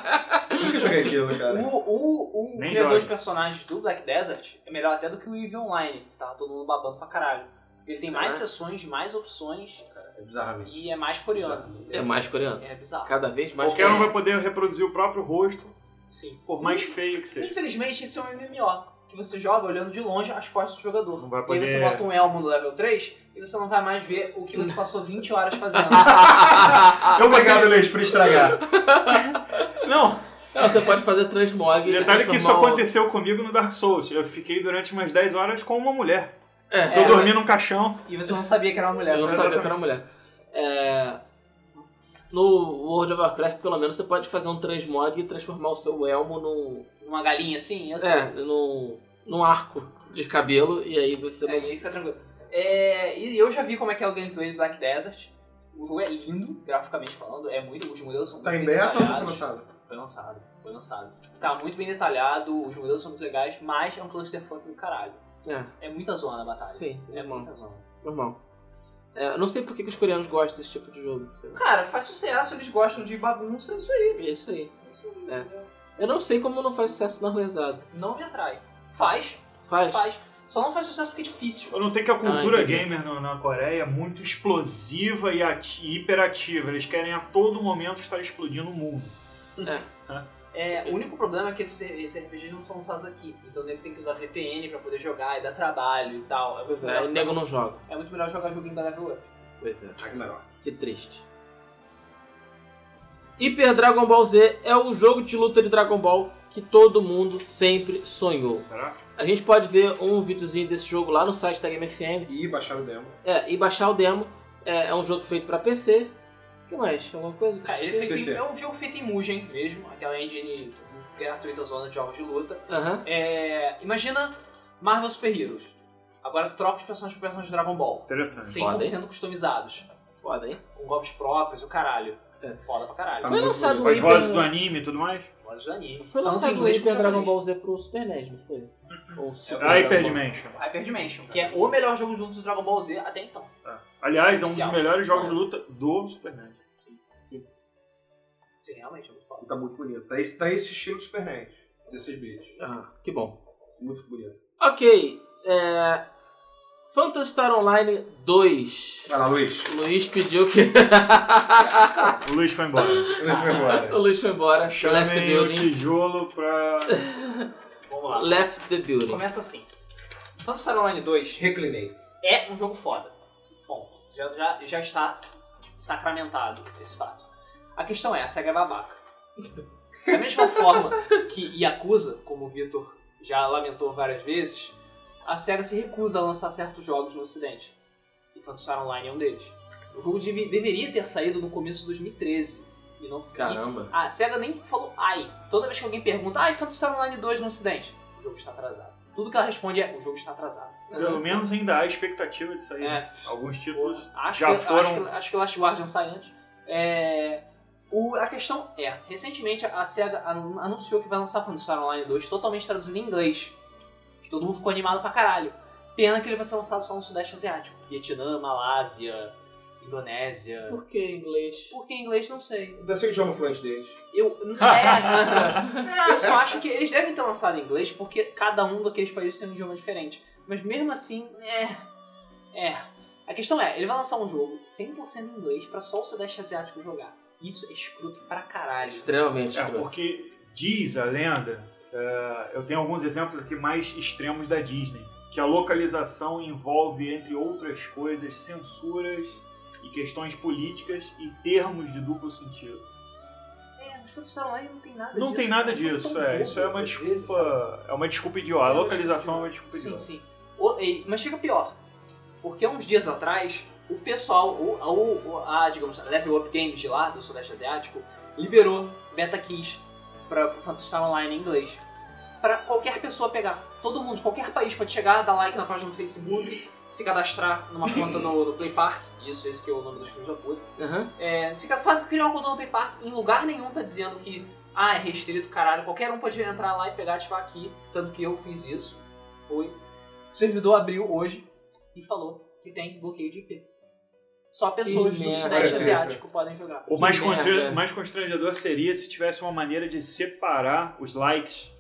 Speaker 4: Nunca joguei aquilo,
Speaker 3: O,
Speaker 4: cara.
Speaker 3: o, o
Speaker 2: Nem
Speaker 3: criador
Speaker 2: joga.
Speaker 3: de personagens do Black Desert é melhor até do que o Eve Online, que tava todo mundo babando pra caralho. Ele tem mais
Speaker 1: É.
Speaker 3: sessões, mais opções
Speaker 4: É bizarramente.
Speaker 3: e é mais coreano.
Speaker 4: Exato.
Speaker 1: É
Speaker 3: entendeu?
Speaker 1: mais coreano.
Speaker 3: É bizarro.
Speaker 1: Cada vez mais
Speaker 2: Qualquer um
Speaker 1: coreano.
Speaker 2: vai poder reproduzir o próprio rosto,
Speaker 3: Sim.
Speaker 2: por mais feio que seja.
Speaker 3: Infelizmente, esse é um MMO. Que você joga olhando de longe as costas do jogador.
Speaker 2: Não vai
Speaker 3: E aí você
Speaker 2: poder-
Speaker 3: bota um elmo no level 3 e você não vai mais ver o que você passou 20 horas fazendo.
Speaker 2: Eu gostei.
Speaker 4: um Obrigado, Luiz, por estragar.
Speaker 2: Não,
Speaker 1: Não, você pode fazer transmog. e
Speaker 2: detalhe que isso
Speaker 1: transformar o-
Speaker 2: aconteceu comigo no Dark Souls. Eu fiquei durante umas 10 horas com uma mulher.
Speaker 1: É,
Speaker 2: Eu
Speaker 3: É,
Speaker 2: dormi num caixão.
Speaker 3: e você não sabia que era uma mulher.
Speaker 1: Eu não
Speaker 3: mas-
Speaker 1: sabia que era mulher. É, No World of Warcraft, pelo menos, você pode fazer um transmog e transformar o seu elmo num.
Speaker 3: Uma galinha assim, eu sei.
Speaker 1: É, num, num arco de cabelo e aí você
Speaker 3: É,
Speaker 1: não.
Speaker 3: e aí fica tranquilo. É, e eu já vi como é que é o gameplay do Black Desert. O jogo é lindo, graficamente falando, é muito. Os modelos são muito
Speaker 4: Tá em
Speaker 3: bem
Speaker 4: beta ou já foi
Speaker 3: detalhados.
Speaker 4: lançado? Tá
Speaker 3: Foi lançado, foi lançado. Tá muito bem detalhado, os modelos são muito legais, mas é um clusterfuck do caralho.
Speaker 1: É,
Speaker 3: É muita zona a batalha.
Speaker 1: sim,
Speaker 3: É
Speaker 1: normal.
Speaker 3: muita zona.
Speaker 1: normal. É, eu não sei por que, que os coreanos gostam desse tipo de jogo. sei lá.
Speaker 3: Cara, faz sucesso, eles gostam de bagunça, isso aí.
Speaker 1: É isso aí.
Speaker 3: Isso aí.
Speaker 1: É. Eu não sei como não faz sucesso na ruezada.
Speaker 3: Não me atrai. Faz,
Speaker 1: Faz?
Speaker 3: faz. Só não faz sucesso porque é difícil.
Speaker 2: Eu notei que a cultura
Speaker 1: Ah, entendi.
Speaker 2: gamer no- na Coreia é muito explosiva e, ati- e hiperativa. Eles querem a todo momento estar explodindo o mundo.
Speaker 3: É, o único problema é que esses, esses RPGs não são lançados aqui. Então o nego tem que usar VPN pra poder jogar e dá trabalho e tal. É muito,
Speaker 1: Pois é,
Speaker 3: melhor,
Speaker 1: aí o nego não joga.
Speaker 3: é muito melhor jogar joguinho da level up.
Speaker 1: Pois é.
Speaker 4: Tá que melhor.
Speaker 1: Que triste. Hyper Dragon Ball Z é o jogo de luta de Dragon Ball que todo mundo sempre sonhou.
Speaker 2: Será?
Speaker 1: A gente pode ver um videozinho desse jogo lá no site da Game FM
Speaker 4: E baixar o demo.
Speaker 1: é, e baixar o demo. É, é um jogo feito pra PC. O que mais? Alguma coisa?
Speaker 3: Cara, ele é,
Speaker 1: Sim.
Speaker 3: feito em-
Speaker 4: PC.
Speaker 3: é um jogo feito em Mugen mesmo, aquela engine gratuita zona de jogos de luta.
Speaker 1: Aham.
Speaker 3: É, imagina Marvel Super Heroes. Agora troca os personagens por personagens de Dragon Ball.
Speaker 2: Interessante.
Speaker 3: 100% customizados.
Speaker 1: Foda, hein?
Speaker 3: Com golpes próprios, o caralho. Foda pra caralho.
Speaker 4: Tá
Speaker 1: Foi
Speaker 4: muito
Speaker 1: lançado
Speaker 4: bonito.
Speaker 1: o
Speaker 2: As vozes do
Speaker 1: Hyper.
Speaker 2: anime e tudo mais?
Speaker 3: Vozes de anime.
Speaker 1: Foi lançado
Speaker 3: Tanto em
Speaker 1: o
Speaker 3: inglês
Speaker 1: Hyper
Speaker 3: quanto em
Speaker 1: Dragon
Speaker 3: japonês.
Speaker 1: Ball Z pro Super NES, não foi? Ou Super
Speaker 3: Ah,
Speaker 1: Dragon
Speaker 2: Hyper
Speaker 1: Ball.
Speaker 2: Dimension.
Speaker 3: Hyper Dimension, que é o melhor jogo junto do Dragon Ball Z até então.
Speaker 2: Aliás, é um dos
Speaker 3: Oficial.
Speaker 2: melhores jogos de luta do Superman.
Speaker 3: Sim, realmente é muito foda.
Speaker 4: Tá muito bonito. Tá esse, tá esse estilo de Super NES. 16 bits.
Speaker 1: Ah, que bom.
Speaker 4: Muito bonito.
Speaker 1: Ok. É... Phantasy Star Online 2.
Speaker 4: Vai lá, Luiz.
Speaker 1: O Luiz pediu que.
Speaker 2: O Luiz foi embora.
Speaker 4: Luiz vai
Speaker 1: o
Speaker 4: embora.
Speaker 1: Luiz foi embora. Left the
Speaker 2: Chamem o
Speaker 1: building.
Speaker 2: tijolo pra...
Speaker 3: Vamos lá.
Speaker 1: Left the building.
Speaker 3: Começa assim. Phantasy Star Online 2
Speaker 4: Reclinei.
Speaker 3: é um jogo foda. Ponto. Já, já, já está sacramentado esse fato. A questão é, a SEGA é babaca. Da mesma forma que Yakuza, como o Vitor já lamentou várias vezes, a SEGA se recusa a lançar certos jogos no ocidente. E Phantasy Star Online é um deles. O jogo deve- deveria ter saído no começo de 2013. E não e
Speaker 1: Caramba.
Speaker 3: A SEGA nem falou ai. Toda vez que alguém pergunta, ai, Phantasy Star Online 2 no ocidente, o jogo está atrasado. Tudo que ela responde é, o jogo está atrasado.
Speaker 2: Pelo menos ainda há expectativa de sair.
Speaker 3: É.
Speaker 2: Alguns
Speaker 3: Pô,
Speaker 2: títulos...
Speaker 3: acho
Speaker 2: já
Speaker 3: que,
Speaker 2: foram-
Speaker 3: Acho que, acho que Last Guardian sai antes. É, o- a questão é, recentemente a SEGA anu- anunciou que vai lançar Phantasy Star Online 2 totalmente traduzido em inglês. Que todo mundo ficou animado pra caralho. Pena que ele vai ser lançado só no Sudeste Asiático. Vietnã, Malásia, Indonésia...
Speaker 1: Por que inglês?
Speaker 3: Por que em inglês? Não sei.
Speaker 4: Deve ser o idioma fluente deles.
Speaker 3: Eu... É, eu só acho que eles devem ter lançado em inglês porque cada um daqueles países tem um idioma diferente. Mas mesmo assim, é... É... A questão é, ele vai lançar um jogo 100% em inglês pra só o Sudeste Asiático jogar. Isso é escroto pra caralho.
Speaker 1: Extremamente
Speaker 2: É,
Speaker 1: escroto.
Speaker 2: porque diz a lenda, é, eu tenho alguns exemplos aqui mais extremos da Disney, que a localização envolve, entre outras coisas, censuras e questões políticas e termos de duplo sentido.
Speaker 3: É, mas Phantasy Star Online não tem nada disso.
Speaker 2: Não tem nada
Speaker 3: Eles são
Speaker 2: disso,
Speaker 3: tão
Speaker 2: é. Isso é
Speaker 3: bobos,
Speaker 2: uma
Speaker 3: às vezes, sabe?
Speaker 2: desculpa. É uma desculpa idiota. A
Speaker 3: É uma
Speaker 2: localização é uma desculpa
Speaker 3: Sim,
Speaker 2: idiota.
Speaker 3: sim. O- e- mas fica pior. Porque uns dias atrás, o pessoal, o, o- o- a, digamos, a Level Up Games de lá, do Sudeste Asiático, liberou beta keys para pro Phantasy Star Online em inglês. Pra qualquer pessoa pegar. Todo mundo, de qualquer país pode chegar, dar like na página no Facebook, se cadastrar numa conta no, no Play Park. Isso, esse que é o nome dos filhos da puta.
Speaker 1: Aham.
Speaker 3: É, se ca- faz, criar uma conta no PayPal, em lugar nenhum tá dizendo que ah, é restrito, caralho, qualquer um pode entrar lá e pegar, ativar aqui, tanto que eu fiz isso. Foi. O servidor abriu hoje e falou que tem bloqueio de IP. Só pessoas
Speaker 1: Que
Speaker 3: do
Speaker 1: merda.
Speaker 3: Sudeste Asiático podem jogar.
Speaker 2: O mais,
Speaker 1: Que
Speaker 2: contra-
Speaker 1: merda.
Speaker 2: mais constrangedor seria se tivesse uma maneira de separar os likes.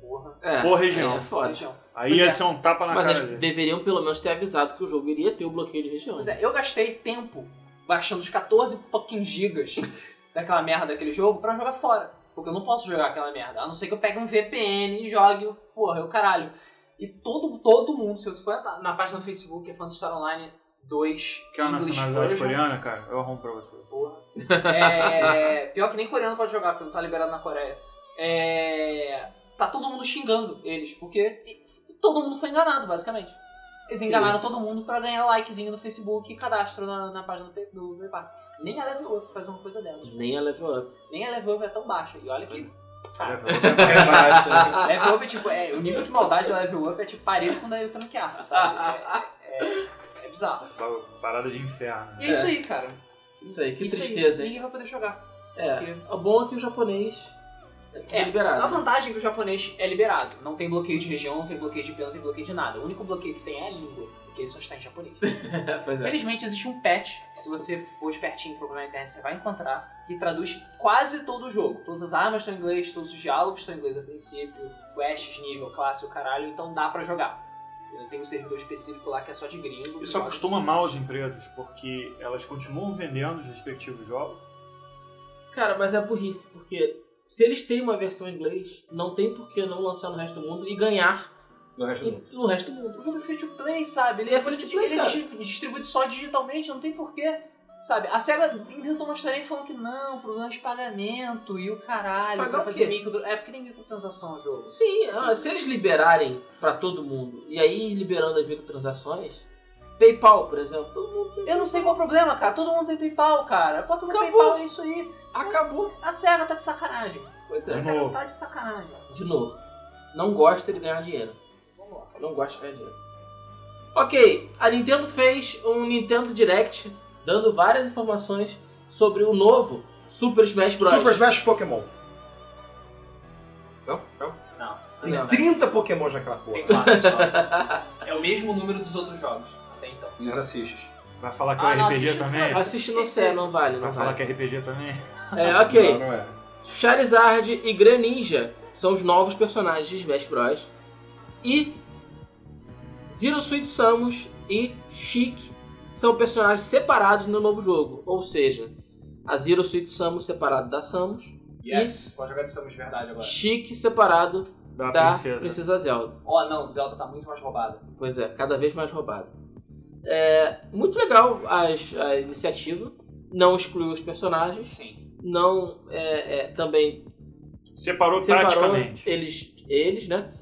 Speaker 3: Porra.
Speaker 1: É,
Speaker 2: Por região.
Speaker 1: É, foda.
Speaker 3: Região.
Speaker 2: Aí
Speaker 3: Pois
Speaker 2: ia
Speaker 3: é.
Speaker 2: ser um tapa na
Speaker 1: Mas
Speaker 2: cara
Speaker 1: eles
Speaker 2: dele.
Speaker 1: deveriam pelo menos ter avisado que o jogo iria ter o bloqueio de região.
Speaker 3: Pois é, eu gastei tempo baixando os 14 fucking gigas daquela merda daquele jogo pra jogar fora. Porque eu não posso jogar aquela merda. A não ser que eu pegue um VPN e jogue, porra, eu caralho. E todo, todo mundo, se você for na, na página do Facebook, é Phantasy Star Online 2.
Speaker 2: Quer é uma
Speaker 3: English
Speaker 2: nacionalidade
Speaker 3: version,
Speaker 2: coreana, cara? Eu arrumo pra você.
Speaker 3: Porra. É, pior que nem coreano pode jogar, porque não tá liberado na Coreia. É, tá todo mundo xingando eles, porque todo mundo foi enganado, basicamente. Eles enganaram
Speaker 1: Isso.
Speaker 3: todo mundo pra ganhar likezinho no Facebook e cadastro na, na página do Pe- do Paypal. Nem a Level Up faz uma coisa dessas.
Speaker 1: Nem a level up.
Speaker 3: Nem a Level Up é tão baixa. E olha que. Cara,
Speaker 4: É baixo, né?
Speaker 1: Ah.
Speaker 3: Level Up é tipo. É, o nível de maldade da Level Up é tipo parelho com o da Electronic Arts, sabe? É, é- é bizarro.
Speaker 2: Parada de inferno.
Speaker 3: E é isso aí, cara.
Speaker 1: Isso aí, que
Speaker 3: Isso aí,
Speaker 1: tristeza, hein?
Speaker 3: Ninguém vai poder jogar.
Speaker 1: É.
Speaker 3: Porque
Speaker 1: O bom é que o japonês é,
Speaker 3: É, A
Speaker 1: liberado.
Speaker 3: vantagem é que o japonês é liberado. Não tem bloqueio de região, não tem bloqueio de pena, não tem bloqueio de nada. O único bloqueio que tem é a língua, porque ele só está em japonês.
Speaker 1: pois é.
Speaker 3: Felizmente existe um patch, que se você for espertinho e procurar na internet, você vai encontrar, que traduz quase todo o jogo. Todas as armas estão em inglês, todos os diálogos estão em inglês a princípio, quests, nível, classe, o caralho, então dá pra jogar. Tem um servidor específico lá que é só de gringo.
Speaker 2: Isso acostuma mal as empresas, porque elas continuam vendendo os respectivos jogos.
Speaker 1: Cara, mas é burrice, porque se eles têm uma versão em inglês, não tem por que não lançar no resto do mundo e ganhar
Speaker 4: No resto do mundo.
Speaker 1: em- no resto do mundo.
Speaker 3: O jogo é free to play, sabe? Ele,
Speaker 1: É
Speaker 3: é
Speaker 1: free
Speaker 3: free
Speaker 1: to
Speaker 3: ele,
Speaker 1: play, cara.
Speaker 3: di- distribui só digitalmente, não tem porquê. Sabe? A SEGA inventou uma história e falou que não, problema de pagamento e o caralho,
Speaker 1: Pagar
Speaker 3: pra
Speaker 1: o
Speaker 3: fazer
Speaker 1: quê?
Speaker 3: micro. É porque nem microtransação é jogo.
Speaker 1: Sim, ah, se eles liberarem pra todo mundo, e aí liberando as microtransações, PayPal, por exemplo, todo mundo
Speaker 3: Eu não sei qual é o problema, cara. Todo mundo tem PayPal, cara. Bota no
Speaker 1: Acabou.
Speaker 3: PayPal, é isso aí.
Speaker 1: acabou.
Speaker 3: A SEGA tá de sacanagem.
Speaker 1: Pois
Speaker 3: A
Speaker 1: é.
Speaker 2: De
Speaker 3: SEGA
Speaker 2: novo.
Speaker 3: tá de sacanagem.
Speaker 1: De novo, não gosta de ganhar dinheiro.
Speaker 3: Vamos lá.
Speaker 1: Não gosta de ganhar dinheiro. Ok, a Nintendo fez um Nintendo Direct dando várias informações sobre o novo Super Smash Bros.
Speaker 4: Super Smash Pokémon. Não? Não?
Speaker 3: Não,
Speaker 4: Tem
Speaker 3: não, não.
Speaker 4: 30 Pokémons naquela porra.
Speaker 3: Tem quatro só. É o mesmo número dos outros jogos, até então.
Speaker 4: E os assistes.
Speaker 2: Vai falar que
Speaker 3: Ah,
Speaker 2: é
Speaker 3: não,
Speaker 2: RPG
Speaker 3: assiste-
Speaker 2: também?
Speaker 3: assiste-
Speaker 1: Assiste no CE, não vale, não
Speaker 2: Vai falar
Speaker 1: vale.
Speaker 2: que é RPG também?
Speaker 1: É, ok.
Speaker 4: Não, não é.
Speaker 1: Charizard e Greninja são os novos personagens de Smash Bros. E Zero Suit Samus e Chic são personagens separados no novo jogo. Ou seja, a Zero Suit Samus separado da Samus,
Speaker 3: Yes, pode jogar de Samus de verdade agora.
Speaker 1: Chic separado
Speaker 2: Da,
Speaker 1: da
Speaker 2: princesa.
Speaker 1: Tá, Princesa Zelda.
Speaker 3: Ó, não, Zelda tá muito mais roubada.
Speaker 1: Pois é, cada vez mais roubado. É, muito legal as- a iniciativa. Não excluiu os personagens.
Speaker 3: Sim.
Speaker 1: Não é, é, também
Speaker 2: Separou,
Speaker 1: separou
Speaker 2: taticamente.
Speaker 1: eles, eles né?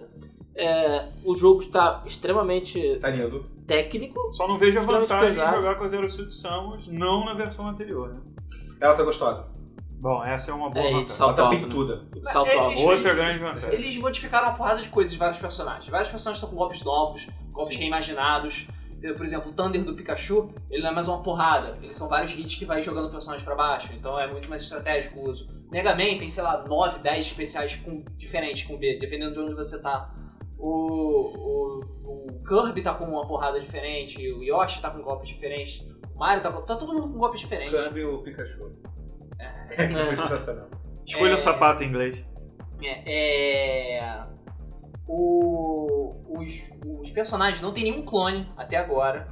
Speaker 1: É, o jogo está extremamente
Speaker 4: Tá lindo.
Speaker 1: técnico.
Speaker 2: Só não vejo a
Speaker 1: Extremamente
Speaker 2: vantagem
Speaker 1: pesado.
Speaker 2: de jogar com a Zero Suit Samus, não na versão anterior, né?
Speaker 4: Ela tá gostosa.
Speaker 2: Bom, essa é uma boa
Speaker 1: É, e
Speaker 2: vantagem.
Speaker 1: salto
Speaker 4: Ela
Speaker 1: alto,
Speaker 4: tá
Speaker 1: né?
Speaker 4: pintuda.
Speaker 1: Salto
Speaker 3: É, Eles-
Speaker 1: alto.
Speaker 2: Outra grande vantagem.
Speaker 3: Eles modificaram uma porrada de coisas de vários personagens. Vários personagens estão com golpes novos, golpes reimaginados. Por exemplo, o Thunder do Pikachu, ele não é mais uma porrada. Eles são vários hits que vai jogando o personagem pra baixo. Então é muito mais estratégico o uso. Mega Man tem, sei lá, 9, 10 especiais com- diferentes com B, dependendo de onde você tá. O, o, o Kirby tá com uma porrada diferente, o Yoshi tá com golpes diferentes, o Mario tá com. Tá todo mundo com golpes diferentes.
Speaker 4: Kirby ou Pikachu. É, que foi sensacional.
Speaker 2: Escolha
Speaker 3: É.
Speaker 2: o sapato em inglês.
Speaker 3: É, é, o- os, os personagens não tem nenhum clone até agora.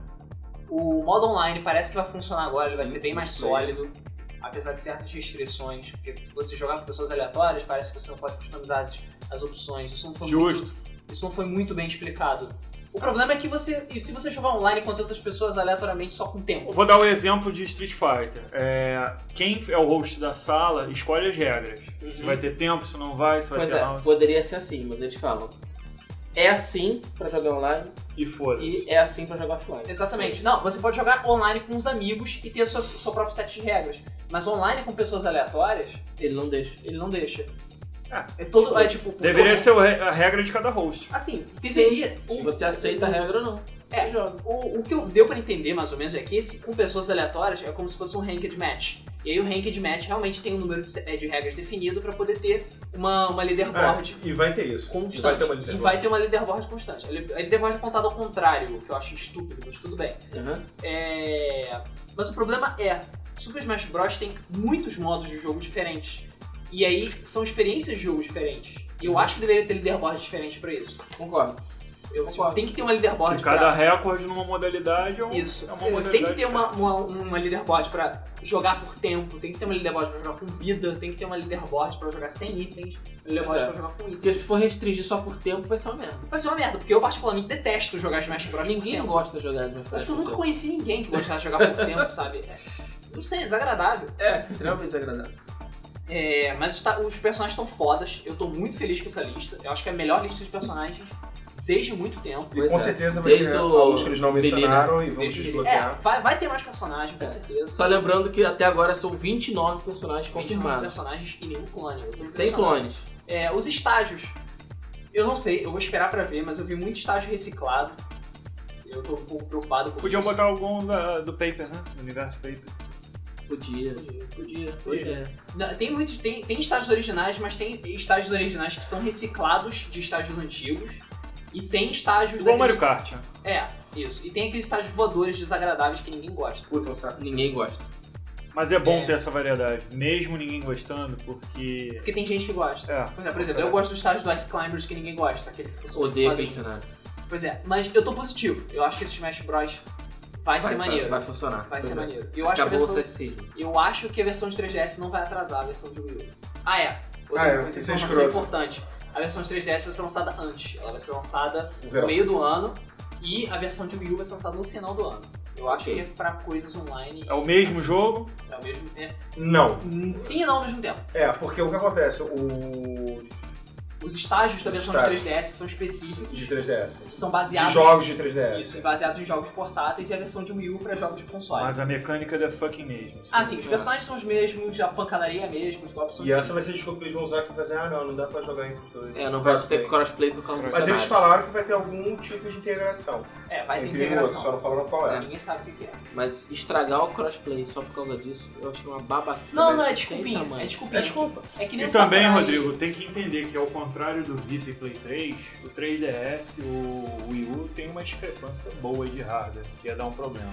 Speaker 3: O modo online parece que vai funcionar agora, ele vai
Speaker 4: Sim,
Speaker 3: ser bem mais
Speaker 4: isso aí.
Speaker 3: sólido, apesar de certas restrições, porque se você jogar com pessoas aleatórias, parece que você não pode customizar as, as opções. Isso não, foi
Speaker 2: Justo.
Speaker 3: muito, isso não foi muito bem explicado. O problema é que você, e se você jogar online com outras pessoas aleatoriamente só com tempo.
Speaker 2: Vou dar o exemplo de Street Fighter. É, quem é o host da sala escolhe as regras. Se
Speaker 3: Uhum.
Speaker 2: vai ter tempo, se não vai, se vai
Speaker 1: Pois
Speaker 2: ter
Speaker 1: é,
Speaker 2: round.
Speaker 1: poderia ser assim, mas eles falam. É assim pra jogar online
Speaker 2: E foda-se.
Speaker 1: e é assim pra jogar offline.
Speaker 3: Exatamente. Não, você pode jogar online com os amigos e ter o seu, seu próprio set de regras. Mas online com pessoas aleatórias,
Speaker 1: Ele não deixa.
Speaker 3: ele não deixa.
Speaker 2: É.
Speaker 3: É todo. É tipo.
Speaker 2: Deveria
Speaker 3: não,
Speaker 2: ser o re- a regra de cada host.
Speaker 3: Assim, deveria.
Speaker 1: Se
Speaker 3: o-
Speaker 1: você aceita a regra ou não.
Speaker 3: É.
Speaker 1: você joga.
Speaker 3: O, o que eu- deu pra entender mais ou menos é que esse com pessoas aleatórias é como se fosse um ranked match. E aí o ranked match realmente tem um número de, se- eh, de regras definido pra poder ter uma, uma leaderboard.
Speaker 4: É, e vai ter isso.
Speaker 3: Constante.
Speaker 4: E vai ter uma
Speaker 3: E vai ter uma leaderboard constante. A li- a leaderboard é contada ao contrário, o que eu acho estúpido, mas tudo bem.
Speaker 1: Aham.
Speaker 3: É... Mas o problema é, Super Smash Bros. tem muitos modos de jogo diferentes. E aí são experiências de jogo diferentes. E eu acho que deveria ter leaderboard diferente pra isso.
Speaker 1: Concordo.
Speaker 3: Eu, tipo,
Speaker 1: Concordo.
Speaker 3: tem que ter uma leaderboard
Speaker 2: E cada
Speaker 3: pra...
Speaker 2: recorde numa modalidade é um.
Speaker 3: Isso.
Speaker 2: É uma
Speaker 3: Você tem que
Speaker 2: modalidade
Speaker 3: ter uma, uma, uma leaderboard pra jogar por tempo, tem que ter uma leaderboard pra jogar com vida, tem que ter uma leaderboard pra jogar sem itens, uma leaderboard
Speaker 1: É.
Speaker 3: pra jogar com itens.
Speaker 1: Porque se for restringir só por tempo, vai ser uma merda.
Speaker 3: Vai ser uma merda, porque eu particularmente detesto jogar Smash Bros. por
Speaker 1: Ninguém
Speaker 3: tempo.
Speaker 1: gosta de jogar de
Speaker 3: Acho que eu nunca conheci ninguém que gostasse de jogar por tempo, sabe? É, Não sei, é desagradável.
Speaker 1: É, extremamente desagradável.
Speaker 3: É, mas tá- os personagens estão fodas. Eu tô muito feliz com essa lista. Eu acho que é a melhor lista de personagens desde muito tempo.
Speaker 4: E com
Speaker 1: Pois é.
Speaker 4: certeza vai
Speaker 1: Desde
Speaker 4: ter
Speaker 1: o-
Speaker 4: alguns que eles não
Speaker 1: Billy, né?
Speaker 4: mencionaram e vamos
Speaker 3: Desde-
Speaker 4: desbloquear.
Speaker 3: É, vai, vai ter mais personagens, com
Speaker 1: É.
Speaker 3: certeza.
Speaker 1: Só lembrando que até agora são 29 personagens
Speaker 3: 29
Speaker 1: confirmados.
Speaker 3: personagens e nenhum clone. Eu tô
Speaker 1: Sem
Speaker 3: impressionado.
Speaker 1: clones.
Speaker 3: É, os estágios. Eu não sei, eu vou esperar pra ver, mas eu vi muito estágio reciclado. Eu tô um pouco preocupado com
Speaker 2: Podiam
Speaker 3: isso.
Speaker 2: botar algum da- do Paper, né? Do universo Paper.
Speaker 1: Podia. Podia. Pois é.
Speaker 3: Não, tem muitos. Tem, tem estágios originais, mas tem estágios originais que são reciclados de estágios antigos. E tem estágios
Speaker 2: Igual
Speaker 3: daqueles-
Speaker 2: Mario Kart. né?
Speaker 3: É, isso. E tem aqueles estágios voadores desagradáveis que ninguém gosta.
Speaker 4: Puta, um saco.
Speaker 1: Ninguém gosta.
Speaker 2: Mas é bom
Speaker 3: É.
Speaker 2: ter essa variedade. Mesmo ninguém gostando, porque.
Speaker 3: Porque tem gente que gosta.
Speaker 2: É.
Speaker 3: Pois é, por exemplo, eu gosto dos estágios do Ice Climbers que ninguém gosta, aquele que fica so-
Speaker 1: Odeio aquele
Speaker 3: sozinho.
Speaker 1: cenário.
Speaker 3: Pois é, mas eu tô positivo. Eu acho que esse Smash Bros. vai, ser maneiro. Vai,
Speaker 1: Vai funcionar. Pois
Speaker 3: ser
Speaker 1: é.
Speaker 3: maneiro. E eu acho, que a
Speaker 1: Acabou o
Speaker 3: versão,
Speaker 1: sexismo.
Speaker 3: eu acho que a versão de 3DS não vai atrasar a versão de Wii U. Ah, é. Outra,
Speaker 4: Ah, é.
Speaker 3: outra
Speaker 4: Isso é
Speaker 3: informação
Speaker 4: escroto.
Speaker 3: importante. A versão de 3DS vai ser lançada antes. Ela vai ser lançada
Speaker 1: É.
Speaker 4: O
Speaker 3: no
Speaker 4: véu.
Speaker 3: meio do ano. E a versão de Wii U vai ser lançada no final do ano. Eu acho
Speaker 1: Ok.
Speaker 3: que é pra coisas online.
Speaker 2: É o mesmo jogo,
Speaker 3: É o mesmo. é-
Speaker 4: Não.
Speaker 3: Sim e não ao mesmo tempo.
Speaker 4: É, porque o que acontece? O...
Speaker 3: Os estágios também
Speaker 4: Os
Speaker 3: são de
Speaker 4: estágios.
Speaker 3: 3DS, são
Speaker 4: de
Speaker 3: específicos,
Speaker 4: 3DS.
Speaker 3: que são
Speaker 4: De
Speaker 3: baseados
Speaker 4: jogos é. de 3DS.
Speaker 3: isso, baseados em jogos portáteis e a versão de Wii U para jogos de console.
Speaker 2: Mas a mecânica é fucking mesmo. assim.
Speaker 3: Ah, sim, os personagens são os mesmos, a pancadaria é a mesma, os golpes são os
Speaker 4: E essa
Speaker 3: mesmos.
Speaker 4: vai ser desculpa que eles vão usar que vai dizer, ah não, não dá pra jogar entre os dois.
Speaker 1: É, não vai ter crossplay por causa do
Speaker 4: Mas eles
Speaker 1: cenário.
Speaker 4: falaram que vai ter algum tipo de integração.
Speaker 3: É, vai ter
Speaker 4: entre outros, só
Speaker 3: integração.
Speaker 4: não falaram qual é.
Speaker 3: Ninguém sabe o que que é.
Speaker 1: Mas estragar o crossplay só por causa disso, eu achei uma babaca.
Speaker 3: Não, não, é
Speaker 1: sem
Speaker 3: desculpinha,
Speaker 1: tamanho.
Speaker 3: é desculpinha.
Speaker 4: É desculpa.
Speaker 3: É que nem
Speaker 2: E
Speaker 3: o
Speaker 2: também,
Speaker 3: Sakurai-
Speaker 2: Rodrigo, tem que entender que ao contrário do Vita e Play 3, o 3DS, o Wii U tem uma discrepância boa de hardware, que ia dar um problema.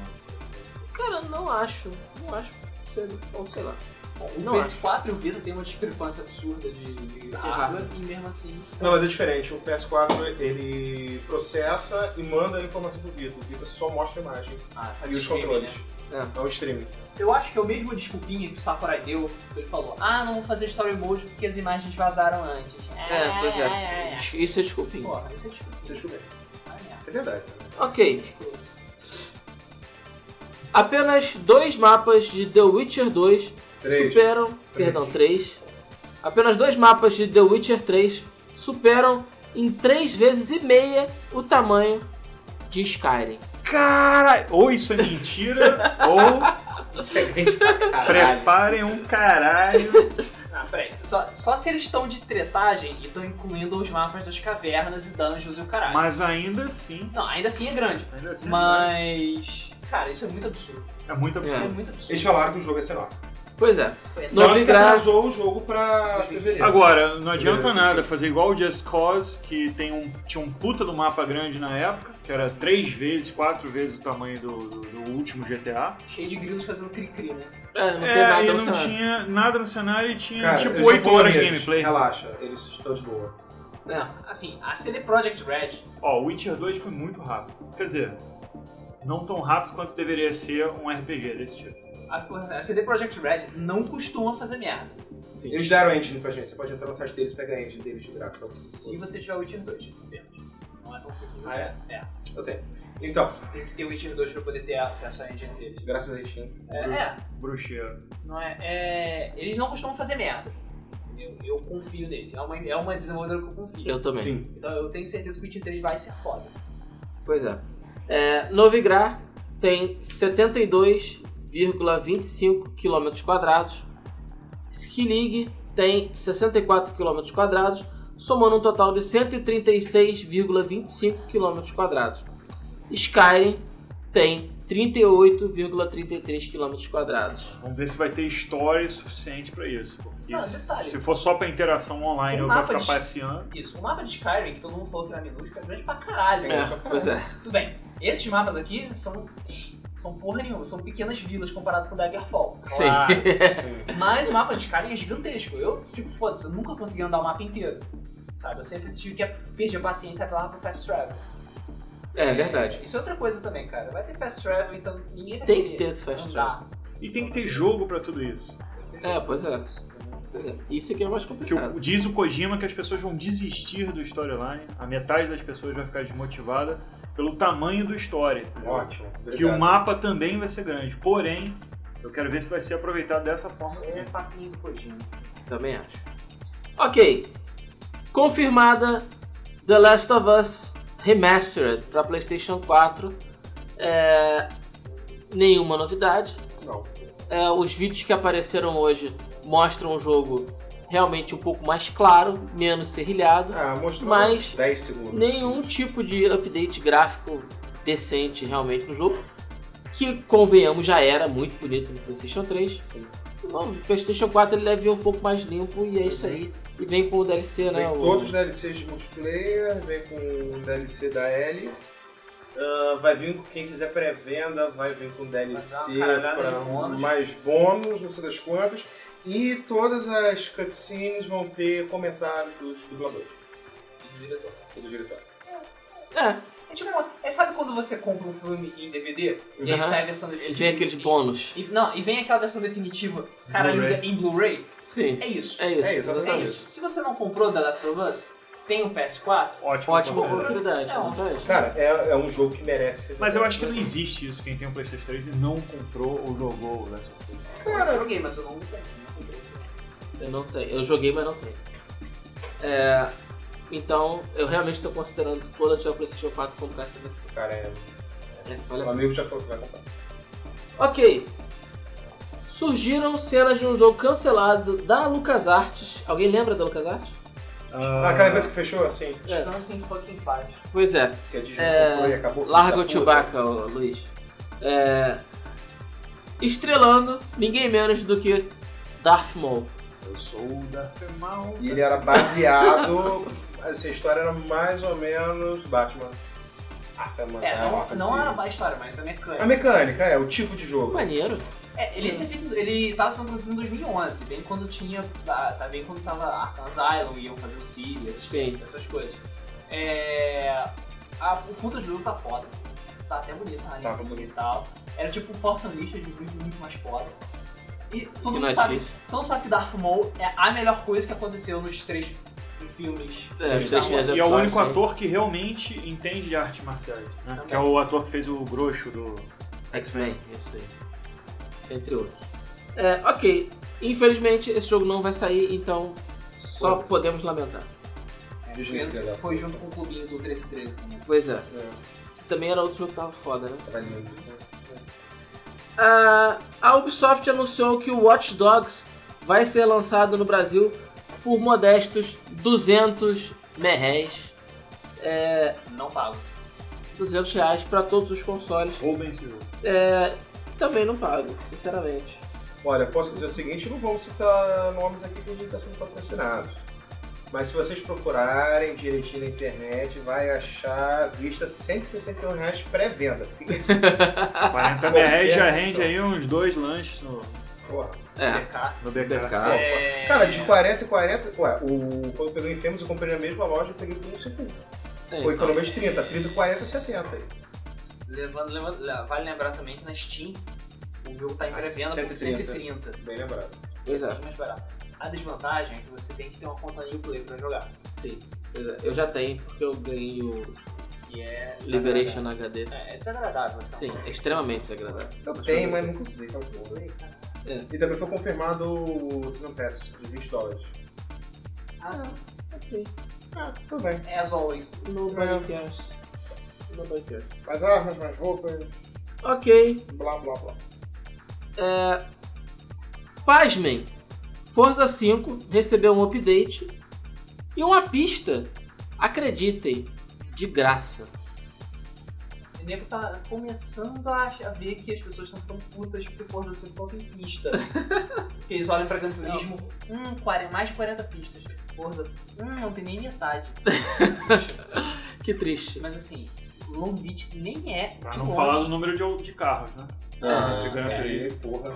Speaker 1: Cara, não acho. Não acho. Sei, ou sei lá.
Speaker 3: Bom,
Speaker 1: Não
Speaker 3: o PS4 e o Vita tem uma discrepância absurda de, de hardware, e mesmo assim...
Speaker 4: Não, mas é diferente. O PS4 ele processa e manda a informação pro Vita. O Vita só mostra a imagem
Speaker 3: Ah, faz
Speaker 4: e os
Speaker 3: streaming,
Speaker 4: controles.
Speaker 3: né?
Speaker 1: né?
Speaker 4: É um streaming.
Speaker 3: Eu acho que é o mesmo desculpinha que o Sakurai deu, ele falou, ah, não vou fazer story mode porque as imagens vazaram antes.
Speaker 1: É, pois é.
Speaker 3: Ah,
Speaker 1: Des- Isso é desculpinha.
Speaker 3: Porra, isso é desculpinha.
Speaker 4: Deixa eu ver.
Speaker 3: Ah, merda.
Speaker 4: Isso é verdade. né?
Speaker 1: Ok. Apenas dois mapas de The Witcher 2
Speaker 4: Três.
Speaker 1: superam. Perdão, três. Apenas dois mapas de The Witcher 3 superam em três vezes e meia o tamanho de Skyrim.
Speaker 2: Caralho! Ou isso é mentira, ou
Speaker 4: Isso é grande pra caralho.
Speaker 2: preparem um caralho.
Speaker 3: Ah, peraí. Só, só se eles estão de tretagem e estão incluindo os mapas das cavernas e dungeons e o caralho.
Speaker 2: Mas ainda assim.
Speaker 3: Não, ainda assim é grande.
Speaker 2: Ainda assim
Speaker 3: Mas. Cara, isso é muito absurdo.
Speaker 2: É muito absurdo.
Speaker 3: Isso é muito absurdo.
Speaker 4: Eles falaram que o jogo é enorme.
Speaker 1: Pois é.
Speaker 3: Foi enorme.
Speaker 1: Não
Speaker 4: Tanto
Speaker 1: vi
Speaker 4: que
Speaker 1: graça.
Speaker 4: atrasou o jogo pra fevereiro.
Speaker 2: Agora, não adianta
Speaker 4: Beleza.
Speaker 2: nada fazer igual o Just Cause, que tem um, tinha um puta do mapa grande na época, que era três vezes, quatro vezes o tamanho do, do- do último GTA.
Speaker 3: Cheio de grilos fazendo cri-cri, né?
Speaker 1: É, não tem
Speaker 2: É,
Speaker 1: nada
Speaker 2: e
Speaker 1: no
Speaker 2: não
Speaker 1: cenário.
Speaker 2: tinha nada no cenário e tinha
Speaker 4: Cara,
Speaker 2: tipo
Speaker 4: eles são
Speaker 2: 8 horas de
Speaker 4: poloneses.
Speaker 2: gameplay.
Speaker 4: Relaxa, eles estão de boa.
Speaker 1: É.
Speaker 3: Assim, a CD Projekt Red.
Speaker 2: Ó, o Witcher 2 foi muito rápido. Quer dizer, não tão rápido quanto deveria ser um RPG desse tipo.
Speaker 3: A, a CD Projekt Red não costuma fazer merda.
Speaker 1: Sim.
Speaker 4: Eles deram a engine pra gente. Você pode entrar no site deles e pegar a engine deles de
Speaker 3: Se
Speaker 4: graça.
Speaker 3: você tiver Witcher 2 dentro. Não é tão simples
Speaker 4: Ah,
Speaker 3: assim. É.
Speaker 4: Eu tenho. Então,
Speaker 3: Tem que ter Witcher 2 pra poder ter acesso à engine dele.
Speaker 4: graças a Steam.
Speaker 3: É, é,
Speaker 2: Bruxeiro.
Speaker 3: não é, é. Eles não costumam fazer merda. Eu, eu confio nele. É uma, é uma desenvolvedora que eu confio.
Speaker 1: É, Eu também.
Speaker 4: Sim.
Speaker 3: Então eu tenho certeza que o Witcher 3 vai ser foda.
Speaker 1: Pois é. é Novigrad tem 72,25 km quadrados. Skilig tem 64 km quadrados, somando um total de 136,25 km quadrados. Skyrim tem 38,33 km quadrados.
Speaker 2: Vamos ver se vai ter história suficiente pra isso. Porque
Speaker 3: Ah,
Speaker 2: se,
Speaker 3: detalhe.
Speaker 2: se for só pra interação online
Speaker 3: Um
Speaker 2: ou pra
Speaker 3: mapa
Speaker 2: ficar
Speaker 3: de-
Speaker 2: passeando.
Speaker 3: Isso, o mapa de Skyrim, que todo mundo falou que era minúsculo, é grande pra caralho. né?
Speaker 1: É, pois é.
Speaker 3: Tudo bem, esses mapas aqui são, são porra nenhuma, são pequenas vilas comparado com o Daggerfall.
Speaker 1: Sim.
Speaker 3: Mas o mapa de Skyrim é gigantesco. Eu, tipo, foda-se, eu nunca consegui andar o mapa inteiro. Sabe, eu sempre tive que perder a paciência pra lá pro Fast Travel.
Speaker 1: É verdade.
Speaker 3: Isso é outra coisa também, cara. Vai ter Fast Travel, então ninguém vai
Speaker 1: Tem que
Speaker 3: querer
Speaker 1: ter fast travel.
Speaker 3: andar.
Speaker 2: E tem que ter jogo pra tudo isso.
Speaker 1: É, pois é. Pois é. Isso aqui é mais
Speaker 2: Porque
Speaker 1: complicado.
Speaker 2: o- diz o Kojima que as pessoas vão desistir do storyline, a metade das pessoas vai ficar desmotivada pelo tamanho do story.
Speaker 4: Ótimo.
Speaker 2: Que o
Speaker 4: obrigado.
Speaker 2: mapa também vai ser grande. Porém, eu quero ver se vai ser aproveitado dessa forma.
Speaker 3: Isso é papinho do Kojima.
Speaker 1: Também acho. Ok. Confirmada The Last of Us Remastered para PlayStation 4. É, nenhuma novidade.
Speaker 4: Não.
Speaker 1: É, os vídeos que apareceram hoje mostram o jogo realmente um pouco mais claro, menos serrilhado.
Speaker 4: Ah, mostrou
Speaker 1: Mas
Speaker 4: 10 segundos.
Speaker 1: Nenhum tipo de update gráfico decente realmente no jogo. Que, convenhamos, já era muito bonito no PlayStation 3. Bom, o PlayStation 4 ele deve vir um pouco mais limpo e é isso aí. E vem com o DLC, né?
Speaker 4: Vem
Speaker 1: o-
Speaker 4: todos os DLCs de multiplayer, vem com o DLC da L. Ah, vai vir com quem fizer pré-venda, vai vir com DLC
Speaker 3: Vai dar uma caralhada
Speaker 4: pra
Speaker 3: de bônus.
Speaker 4: mais bônus, não sei das quantas. E todas as cutscenes vão ter comentários dos dubladores. E do diretor. E do diretor.
Speaker 1: É,
Speaker 3: É tipo, uma- é, sabe quando você compra um filme em DVD e aí
Speaker 1: Aham.
Speaker 3: sai a versão
Speaker 1: ele
Speaker 3: definitiva?
Speaker 1: vem aqueles bônus.
Speaker 3: E- não, e vem aquela versão definitiva, cara,
Speaker 2: Blu-ray.
Speaker 3: liga em Blu-ray.
Speaker 1: Sim.
Speaker 3: É isso.
Speaker 1: É isso.
Speaker 4: É isso,
Speaker 3: É
Speaker 4: exatamente.
Speaker 3: isso. Se você não comprou The Last of Us, tem um PS4,
Speaker 2: Ótimo.
Speaker 1: Ótima
Speaker 2: conteúdo.
Speaker 1: oportunidade. tá
Speaker 3: É ótimo.
Speaker 1: exatamente.
Speaker 4: Cara, é, é um jogo que merece ser
Speaker 2: Mas eu
Speaker 4: jogado.
Speaker 2: acho que não existe isso, quem tem um Playstation 3 e não comprou ou jogou. Né?
Speaker 3: eu joguei, mas eu não comprei.
Speaker 1: Eu não tenho. Eu joguei, mas não tenho. É, Então, eu realmente estou considerando esse product ao PlayStation 4 como caixa de versão.
Speaker 4: Cara, é...
Speaker 1: Olha-
Speaker 4: meu amigo já falou que vai comprar.
Speaker 1: Ok. Surgiram cenas de um jogo cancelado da LucasArts. Alguém lembra da LucasArts?
Speaker 4: Ah, aquela empresa que fechou assim?
Speaker 1: É.
Speaker 3: Descansa em fucking paz.
Speaker 1: Pois é.
Speaker 4: Que a Disney
Speaker 1: É,
Speaker 4: comprou e acabou. filho
Speaker 1: Larga
Speaker 4: da
Speaker 1: o
Speaker 4: puta.
Speaker 1: Chewbacca, ô, Luiz. É, Estrelando ninguém menos do que Darth Maul.
Speaker 2: Ah, Eu sou da Femal. né?
Speaker 4: E ele era baseado. essa história era mais ou menos Batman. Batman,
Speaker 3: É,
Speaker 4: né,
Speaker 3: não,
Speaker 4: Arkham
Speaker 3: não
Speaker 4: City.
Speaker 3: era a história, mas a
Speaker 4: A
Speaker 3: mecânica.
Speaker 4: mecânica, é, o tipo de jogo.
Speaker 1: Maneiro.
Speaker 3: É, ele, ia ser feito, ele tava sendo produzido em 2011, bem quando tinha. tá- tá bem quando tava Arkham Asylum, iam fazer o Siri, essas,
Speaker 1: Sim.
Speaker 3: essas coisas. É. A, o footage do jogo tá foda. Tá até bonito, tá
Speaker 4: Tava
Speaker 3: bonito e tal. Era tipo Força Unleashed de muito, muito mais foda. E todo
Speaker 1: Que
Speaker 3: mundo
Speaker 1: não é
Speaker 3: sabe
Speaker 1: difícil.
Speaker 3: Todo mundo sabe que Darth Maul é a melhor coisa que aconteceu nos três filmes.
Speaker 1: É, os três
Speaker 3: Sim. Tá bom.
Speaker 1: primeiros
Speaker 2: E é o
Speaker 1: episódios,
Speaker 2: único
Speaker 1: sim.
Speaker 2: ator que realmente entende de artes marciais, né?
Speaker 3: Também.
Speaker 2: Que é o ator que fez o grosso do.
Speaker 1: X-Men, isso aí. Entre outros. É, ok. Infelizmente, esse jogo não vai sair, então só
Speaker 4: Foda-se.
Speaker 1: podemos lamentar.
Speaker 3: É,
Speaker 4: Disney, filha da
Speaker 3: foi, foi
Speaker 4: puta.
Speaker 3: junto com o clubinho do 1313 também.
Speaker 1: Pois é.
Speaker 4: É,
Speaker 1: Que também era outro jogo que tava foda, né?
Speaker 4: tava lindo.
Speaker 1: Ah, a Ubisoft anunciou que o Watch Dogs vai ser lançado no Brasil por modestos 200 merréis.
Speaker 3: tá? Não pago.
Speaker 1: 200 reais para todos os consoles.
Speaker 2: Rubens e o.
Speaker 1: É, também não pago, sinceramente.
Speaker 4: Olha, posso dizer o seguinte, não vamos citar nomes aqui que a gente está sendo patrocinado. Mas se vocês procurarem direitinho na internet, vai achar à vista R$ 161 reais pré-venda. Fica
Speaker 2: 40
Speaker 4: Qualquer
Speaker 2: BR já
Speaker 4: opção.
Speaker 2: rende aí uns dois lanches no,
Speaker 4: porra.
Speaker 1: É,
Speaker 3: BK.
Speaker 2: no BK.
Speaker 1: BK.
Speaker 3: É,
Speaker 4: Cara, de 40 e 40, ué, o, quando eu peguei o Infamous, eu comprei na mesma loja, eu peguei por 1,50.
Speaker 1: É,
Speaker 4: Foi
Speaker 1: então.
Speaker 4: economia de 30, 30, 40, 70. aí.
Speaker 3: levando- levando- le- vale lembrar também que na Steam o jogo tá em
Speaker 4: A
Speaker 3: pré-venda por
Speaker 4: 130.
Speaker 3: 130.
Speaker 4: Bem lembrado.
Speaker 1: Pois é,
Speaker 3: Bem mais barato. A desvantagem é que você tem que ter uma conta no Play pra jogar.
Speaker 1: sim. Pois é, Eu já tenho, porque eu ganhei o
Speaker 3: E é.
Speaker 1: Liberation HD.
Speaker 3: É, é desagradável. Então.
Speaker 1: Sim, é extremamente desagradável.
Speaker 4: Eu tenho, mas nunca usei, tá bom. né?
Speaker 1: É.
Speaker 4: E também foi confirmado o Season Pass de 20 dólares.
Speaker 3: Ah, sim.
Speaker 4: Ah, tudo bem.
Speaker 3: As always.
Speaker 1: Nobody cares. Nobody cares.
Speaker 4: Mais armas, ah, mais roupas,
Speaker 1: Ok.
Speaker 4: blá blá blá.
Speaker 1: Pasmem, Forza 5 recebeu um update e uma pista, acreditem, de graça.
Speaker 3: O nego tá começando a, ach- a ver que as pessoas estão ficando putas porque Forza 5 falta em pista. porque eles olham pra Gran Turismo, hum, 40, mais de 40 pistas. Forza, hum, não tem nem metade.
Speaker 1: Que triste.
Speaker 3: Mas assim, Long Beach nem é
Speaker 2: Pra
Speaker 3: de
Speaker 2: não
Speaker 3: longe.
Speaker 2: falar do número de, de carros, né?
Speaker 1: Ah,
Speaker 4: Ah,
Speaker 2: Gran
Speaker 4: aí,
Speaker 2: Turismo.
Speaker 4: porra.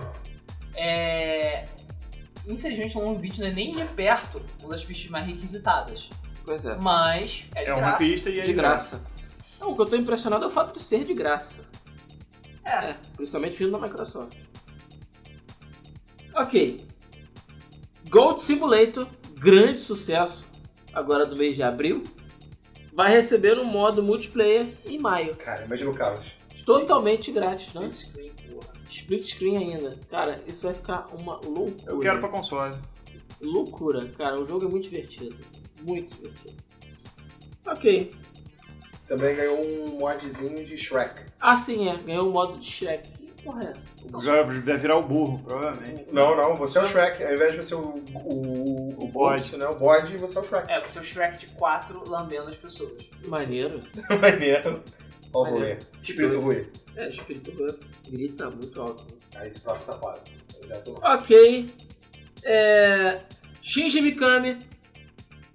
Speaker 3: É... Infelizmente, Long Beach não é nem de perto uma das pistas mais requisitadas.
Speaker 1: Pois é,
Speaker 3: Mas é de
Speaker 2: É uma
Speaker 3: graça.
Speaker 2: pista e é
Speaker 1: de graça. Não, o que eu tô impressionado é o fato de ser de graça.
Speaker 3: É.
Speaker 1: É, principalmente vindo da Microsoft. Ok. Gold Simulator, grande sucesso, agora do mês de abril, vai receber um modo multiplayer em maio.
Speaker 4: Cara, imagina o caos.
Speaker 1: Totalmente grátis, né?
Speaker 3: Split screen, porra.
Speaker 1: Split screen ainda. Cara, isso vai ficar uma loucura.
Speaker 2: Eu quero pra console.
Speaker 1: Loucura, cara. O jogo é muito divertido. Muito divertido. Ok.
Speaker 4: Também ganhou um modzinho de Shrek.
Speaker 1: Ah, sim, é. Ganhou o modo de Shrek. Que porra é essa?
Speaker 2: O jogo vai virar o burro, provavelmente.
Speaker 4: Não, não, você é o Shrek. Ao invés de você ser o, o, o bode, né? O bode, você é o Shrek.
Speaker 3: É, você é o Shrek de 4 lambendo as pessoas.
Speaker 1: Maneiro.
Speaker 4: Maneiro. Ó o Rui.
Speaker 1: Maneiro.
Speaker 4: Espírito Rui.
Speaker 1: É, o espírito grita muito alto.
Speaker 4: Aí esse próximo tá fora. Eu já tô-
Speaker 1: Ok. É... Shinji Mikami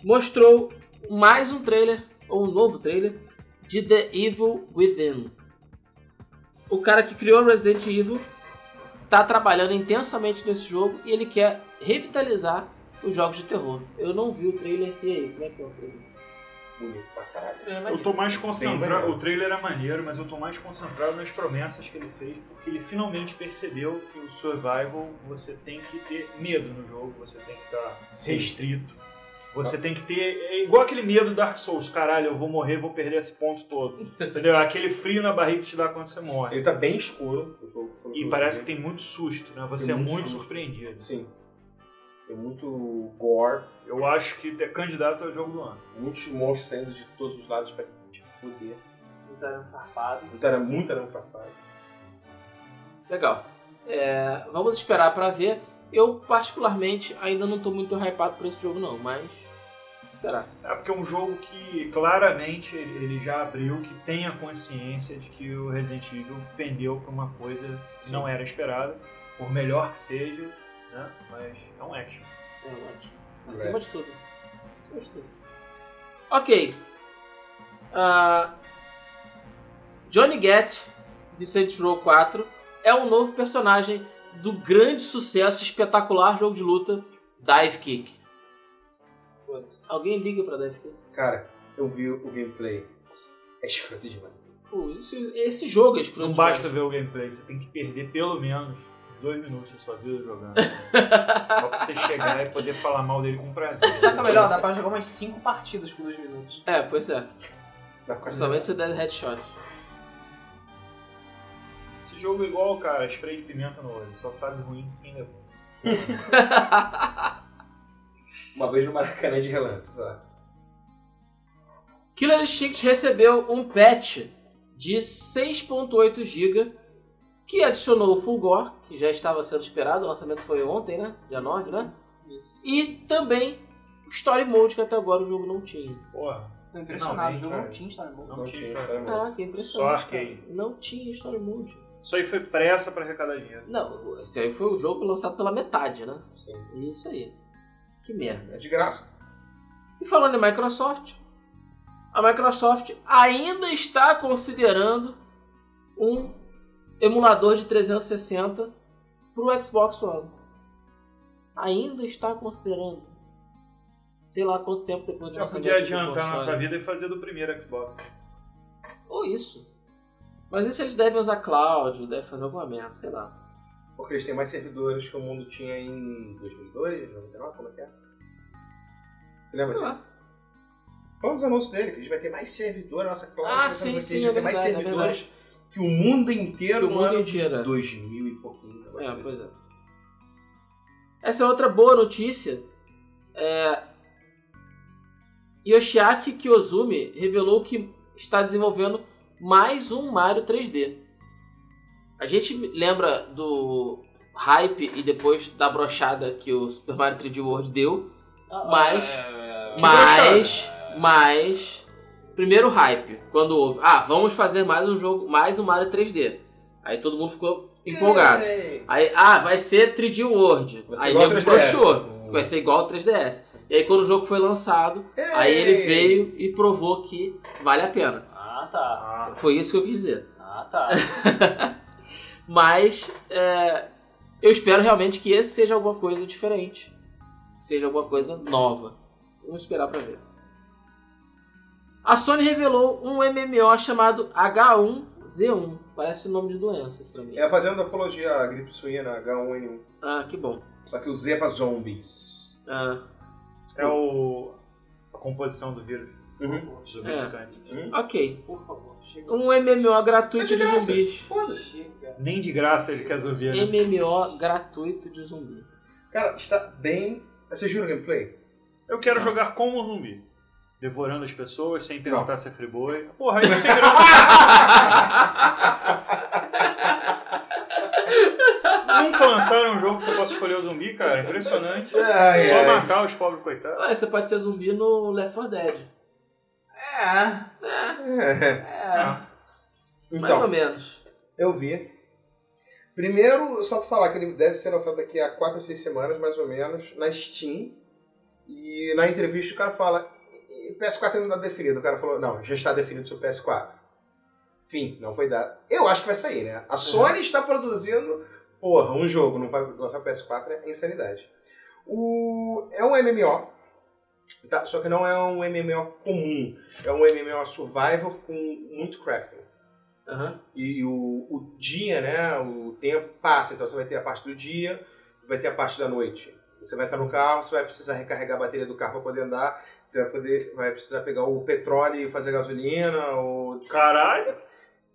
Speaker 1: mostrou mais um trailer, ou um novo trailer, de The Evil Within. O cara que criou Resident Evil tá trabalhando intensamente nesse jogo e ele quer revitalizar os jogos de terror. Eu não vi o trailer, e aí, como é que é o trailer?
Speaker 4: Bonito pra caralho.
Speaker 2: Eu tô mais
Speaker 4: Bem
Speaker 2: concentrado.
Speaker 4: maneiro.
Speaker 2: O trailer é maneiro, mas eu tô mais concentrado nas promessas que ele fez, porque ele finalmente percebeu que o survival você tem que ter medo no jogo, você tem que estar
Speaker 4: Sim.
Speaker 2: restrito. Você tem que ter. É igual aquele medo do Dark Souls, caralho, eu vou morrer, vou perder esse ponto todo. Entendeu? Aquele frio na barriga que te dá quando você morre.
Speaker 4: Ele tá bem escuro, o jogo.
Speaker 2: E parece que tem muito susto, né? Você
Speaker 4: Tem
Speaker 2: é
Speaker 4: muito
Speaker 2: muito
Speaker 4: susto.
Speaker 2: surpreendido.
Speaker 4: Sim. Tem muito gore,
Speaker 2: Eu acho que é candidato ao jogo do ano.
Speaker 4: muitos monstros saindo de todos os lados pra te foder.
Speaker 3: Usaram é um farpado.
Speaker 4: Muito era muito arame farpado.
Speaker 1: Legal. É, vamos esperar pra ver. Eu, particularmente, ainda não tô muito hypado por esse jogo, não, mas. Esperar.
Speaker 2: É porque é um jogo que claramente ele ele já abriu que tem a consciência de que o Resident Evil pendeu para uma coisa que não era esperada, por melhor que seja, né? Mas é um action.
Speaker 1: É, ótimo. Acima de tudo. Acima de tudo. Ok. Ah, Johnny Gat, de Saints Row 4, é um novo personagem do grande sucesso espetacular jogo de luta Dive Kick.
Speaker 3: Foda-se.
Speaker 1: Alguém liga pra Dive Kick?
Speaker 4: Cara, eu vi o gameplay. É escroto demais.
Speaker 1: Pô, esse, esse jogo é escroto
Speaker 2: Não basta
Speaker 1: demais.
Speaker 2: ver o gameplay, você tem que perder pelo menos uns dois minutos da sua vida jogando. Só pra você chegar e poder falar mal dele com prazer.
Speaker 3: Sabe o que é melhor? Dá pra jogar umas 5 partidas com 2 minutos.
Speaker 1: É, pois é.
Speaker 4: Vai ficar assim.
Speaker 1: Principalmente se der headshot.
Speaker 2: Esse jogo é igual, cara, spray de pimenta no olho. Só sabe ruim quem levou.
Speaker 4: Uma vez no Maracanã de relance, sabe?
Speaker 1: Killer Instinct recebeu um patch de 6.8 GB que adicionou o Full Gore, que já estava sendo esperado, o lançamento foi ontem, né? Dia 9, né? E também o Story Mode, que até agora o jogo não tinha.
Speaker 2: Porra,
Speaker 3: Tô impressionado, o
Speaker 2: Finalmente,
Speaker 3: jogo
Speaker 4: cara.
Speaker 3: não tinha história boa.
Speaker 2: não,
Speaker 4: Não
Speaker 2: tinha
Speaker 4: tinha
Speaker 2: história.
Speaker 4: história mesmo.
Speaker 1: Caraca, é impressionante.
Speaker 2: Só arcade.
Speaker 1: cara. Não tinha Story Mode.
Speaker 2: Isso aí foi pressa pra arrecadar dinheiro.
Speaker 1: Não, esse aí foi o jogo lançado pela metade, né?
Speaker 4: Sim.
Speaker 1: Isso aí. Que merda.
Speaker 4: É de graça.
Speaker 1: E falando em Microsoft, a Microsoft ainda está considerando um emulador de 360 para o Xbox One. Ainda está considerando. Sei lá quanto tempo depois do
Speaker 2: Já
Speaker 1: lançamento
Speaker 2: podia
Speaker 1: do tipo
Speaker 2: adiantar
Speaker 1: console.
Speaker 2: nossa vida e fazer do primeiro Xbox.
Speaker 1: Ou isso. Mas isso eles devem usar cloud, devem fazer alguma merda, sei lá.
Speaker 4: Porque eles têm mais servidores que o mundo tinha em 2002, 99, como é que é? Você lembra
Speaker 1: Sei
Speaker 4: disso?
Speaker 1: lá.
Speaker 4: Foi um dos anúncios dele, que a gente vai ter mais servidor, a nossa cloud,
Speaker 1: Ah,
Speaker 4: nós
Speaker 1: sim,
Speaker 4: vamos ter-
Speaker 1: sim,
Speaker 4: a gente
Speaker 1: é
Speaker 4: vai ter mais
Speaker 1: verdade, é
Speaker 4: servidores que o mundo inteiro
Speaker 1: Que o
Speaker 4: no
Speaker 1: mundo
Speaker 4: ano
Speaker 1: inteiro, é.
Speaker 4: de 2000 e pouquinho. eu
Speaker 1: É,
Speaker 4: acho
Speaker 1: pois
Speaker 4: isso.
Speaker 1: é. Essa é outra boa notícia. É... Yoshiaki Kiyozumi revelou que está desenvolvendo mais um Mario 3D. A gente lembra do hype e depois da brochada que o Super Mario 3D World deu.
Speaker 3: Ah,
Speaker 1: Mas-
Speaker 3: é.
Speaker 1: é, Mas, mas, primeiro hype, quando houve, ah, vamos fazer mais um jogo, mais um Mario 3D. Aí todo mundo ficou empolgado.
Speaker 4: É.
Speaker 1: Aí, ah, vai ser 3D World.
Speaker 4: Vai ser
Speaker 1: Aí
Speaker 4: igual ao
Speaker 1: nego
Speaker 4: 3DS.
Speaker 1: broxou. que Vai ser igual ao 3DS. E aí quando o jogo foi lançado,
Speaker 4: É.
Speaker 1: aí ele veio e provou que vale a pena.
Speaker 3: Ah, tá.
Speaker 2: Ah,
Speaker 1: Foi isso que eu quis dizer.
Speaker 3: Ah, tá.
Speaker 1: Mas é, eu espero realmente que esse seja alguma coisa diferente. Seja alguma coisa nova. Vamos esperar pra ver. A Sony revelou um MMO chamado H1Z1. Parece o nome de doenças pra mim.
Speaker 4: É fazendo apologia à gripe suína H1N1.
Speaker 1: Ah, que bom.
Speaker 4: Só que o Z é pra zombies.
Speaker 1: Ah,
Speaker 2: é o. a composição do vírus.
Speaker 4: Uhum.
Speaker 2: Dos visitantes.
Speaker 1: ok.
Speaker 3: Por favor, chega.
Speaker 1: Um MMO gratuito
Speaker 4: É de
Speaker 1: de
Speaker 4: graça.
Speaker 1: zumbis.
Speaker 4: Foda-se.
Speaker 3: Chega.
Speaker 2: Nem de graça ele quer zumbi, né?
Speaker 1: MMO gratuito de zumbi.
Speaker 4: Cara, está bem. Vocês viram o gameplay?
Speaker 2: Eu quero
Speaker 1: Não.
Speaker 2: jogar como um zumbi. Devorando as pessoas, sem perguntar
Speaker 4: Não.
Speaker 2: se é friboi. Porra, aí vai ter graça. Nunca lançaram um jogo que você possa escolher o zumbi, cara. Impressionante.
Speaker 4: Ai,
Speaker 2: Só
Speaker 4: ai.
Speaker 2: matar os pobres coitados.
Speaker 1: Ah, você pode ser zumbi no Left 4 Dead.
Speaker 3: É.
Speaker 4: É.
Speaker 2: Ah,
Speaker 1: Mais
Speaker 3: É.
Speaker 1: ou
Speaker 4: Então,
Speaker 1: menos.
Speaker 4: eu vi. Primeiro, só pra falar que ele deve ser lançado daqui a 4 a 6 semanas, mais ou menos, na Steam. E na entrevista o cara fala: "E PS4 ainda não tá definido. O cara falou: não, já está definido seu PS4. Fim, não foi dado. Eu acho que vai sair, né? A Sony está produzindo, porra, um jogo, não vai lançar PS4, é insanidade. O... É um MMO, tá? só que não é um MMO comum. É um MMO survival com muito crafting.
Speaker 1: Aham.
Speaker 4: E o, o dia, né? O tempo passa. Então você vai ter a parte do dia, vai ter a parte da noite. Você vai estar no carro, você vai precisar recarregar a bateria do carro para poder andar. Você vai, poder, vai precisar pegar o petróleo e fazer gasolina. Ou...
Speaker 2: Caralho.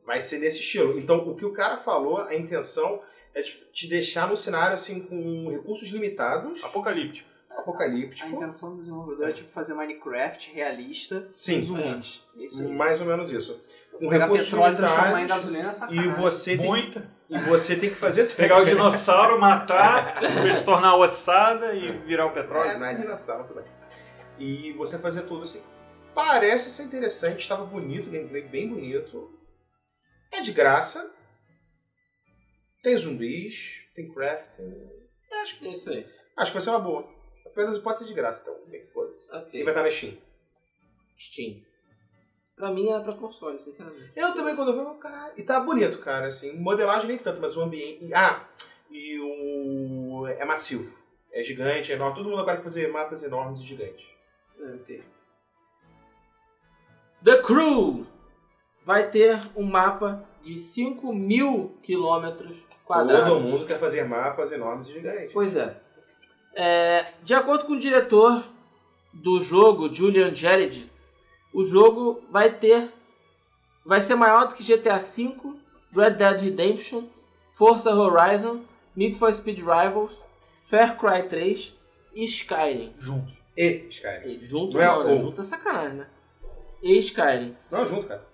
Speaker 4: Vai ser desse estilo. Então o que o cara falou, a intenção É te te deixar no cenário assim com recursos limitados,
Speaker 2: Apocalíptico.
Speaker 3: A
Speaker 4: apocalíptico.
Speaker 3: intenção do desenvolvedor é tipo fazer Minecraft realista
Speaker 4: Sim, Um
Speaker 3: com zumbis. É isso aí.
Speaker 4: mais ou menos isso. Com
Speaker 3: Pegar
Speaker 4: recursos
Speaker 3: petróleo e transformar em
Speaker 4: limitados.
Speaker 3: gasolina é
Speaker 4: E
Speaker 3: sacanagem.
Speaker 4: você, tem,
Speaker 2: Muita.
Speaker 4: e você tem que fazer.
Speaker 2: Pegar o dinossauro, matar, pra ele se tornar ossada e virar o
Speaker 4: É,
Speaker 2: petróleo.
Speaker 4: não é dinossauro, tudo bem. E você fazer tudo assim. Parece ser interessante, estava bonito, gameplay bem bonito. É de graça. Tem zumbis, tem crafting.
Speaker 1: Acho que é isso aí.
Speaker 4: Acho que vai ser uma boa. Apenas pode ser de graça, então. Bem, que foda-se. E
Speaker 1: Ok.
Speaker 4: vai estar na Steam.
Speaker 1: Steam. Pra mim era pra console, sinceramente.
Speaker 4: Eu também, quando eu vi, eu falei, caralho. E tá bonito, cara, assim. Modelagem nem tanto, mas o ambiente. Ah, e o. É massivo. É gigante, é enorme. Todo mundo agora quer fazer mapas enormes e gigantes.
Speaker 1: É, ok. The Crew vai ter um mapa de 5 mil quilômetros quadrados.
Speaker 4: Todo mundo quer fazer mapas enormes e gigantes.
Speaker 1: Pois é. É, De acordo com o diretor do jogo, Julian Jared, o jogo vai ter. Vai ser maior do que GTA V, Red Dead Redemption, Forza Horizon, Need for Speed Rivals, Far Cry 3 e Skyrim.
Speaker 4: É.
Speaker 2: Juntos.
Speaker 4: E, Skyrim.
Speaker 1: E junto
Speaker 4: Não é
Speaker 1: não, né?
Speaker 4: ou.
Speaker 1: Junto é sacanagem, né? E Skyrim.
Speaker 4: Não, junto, cara.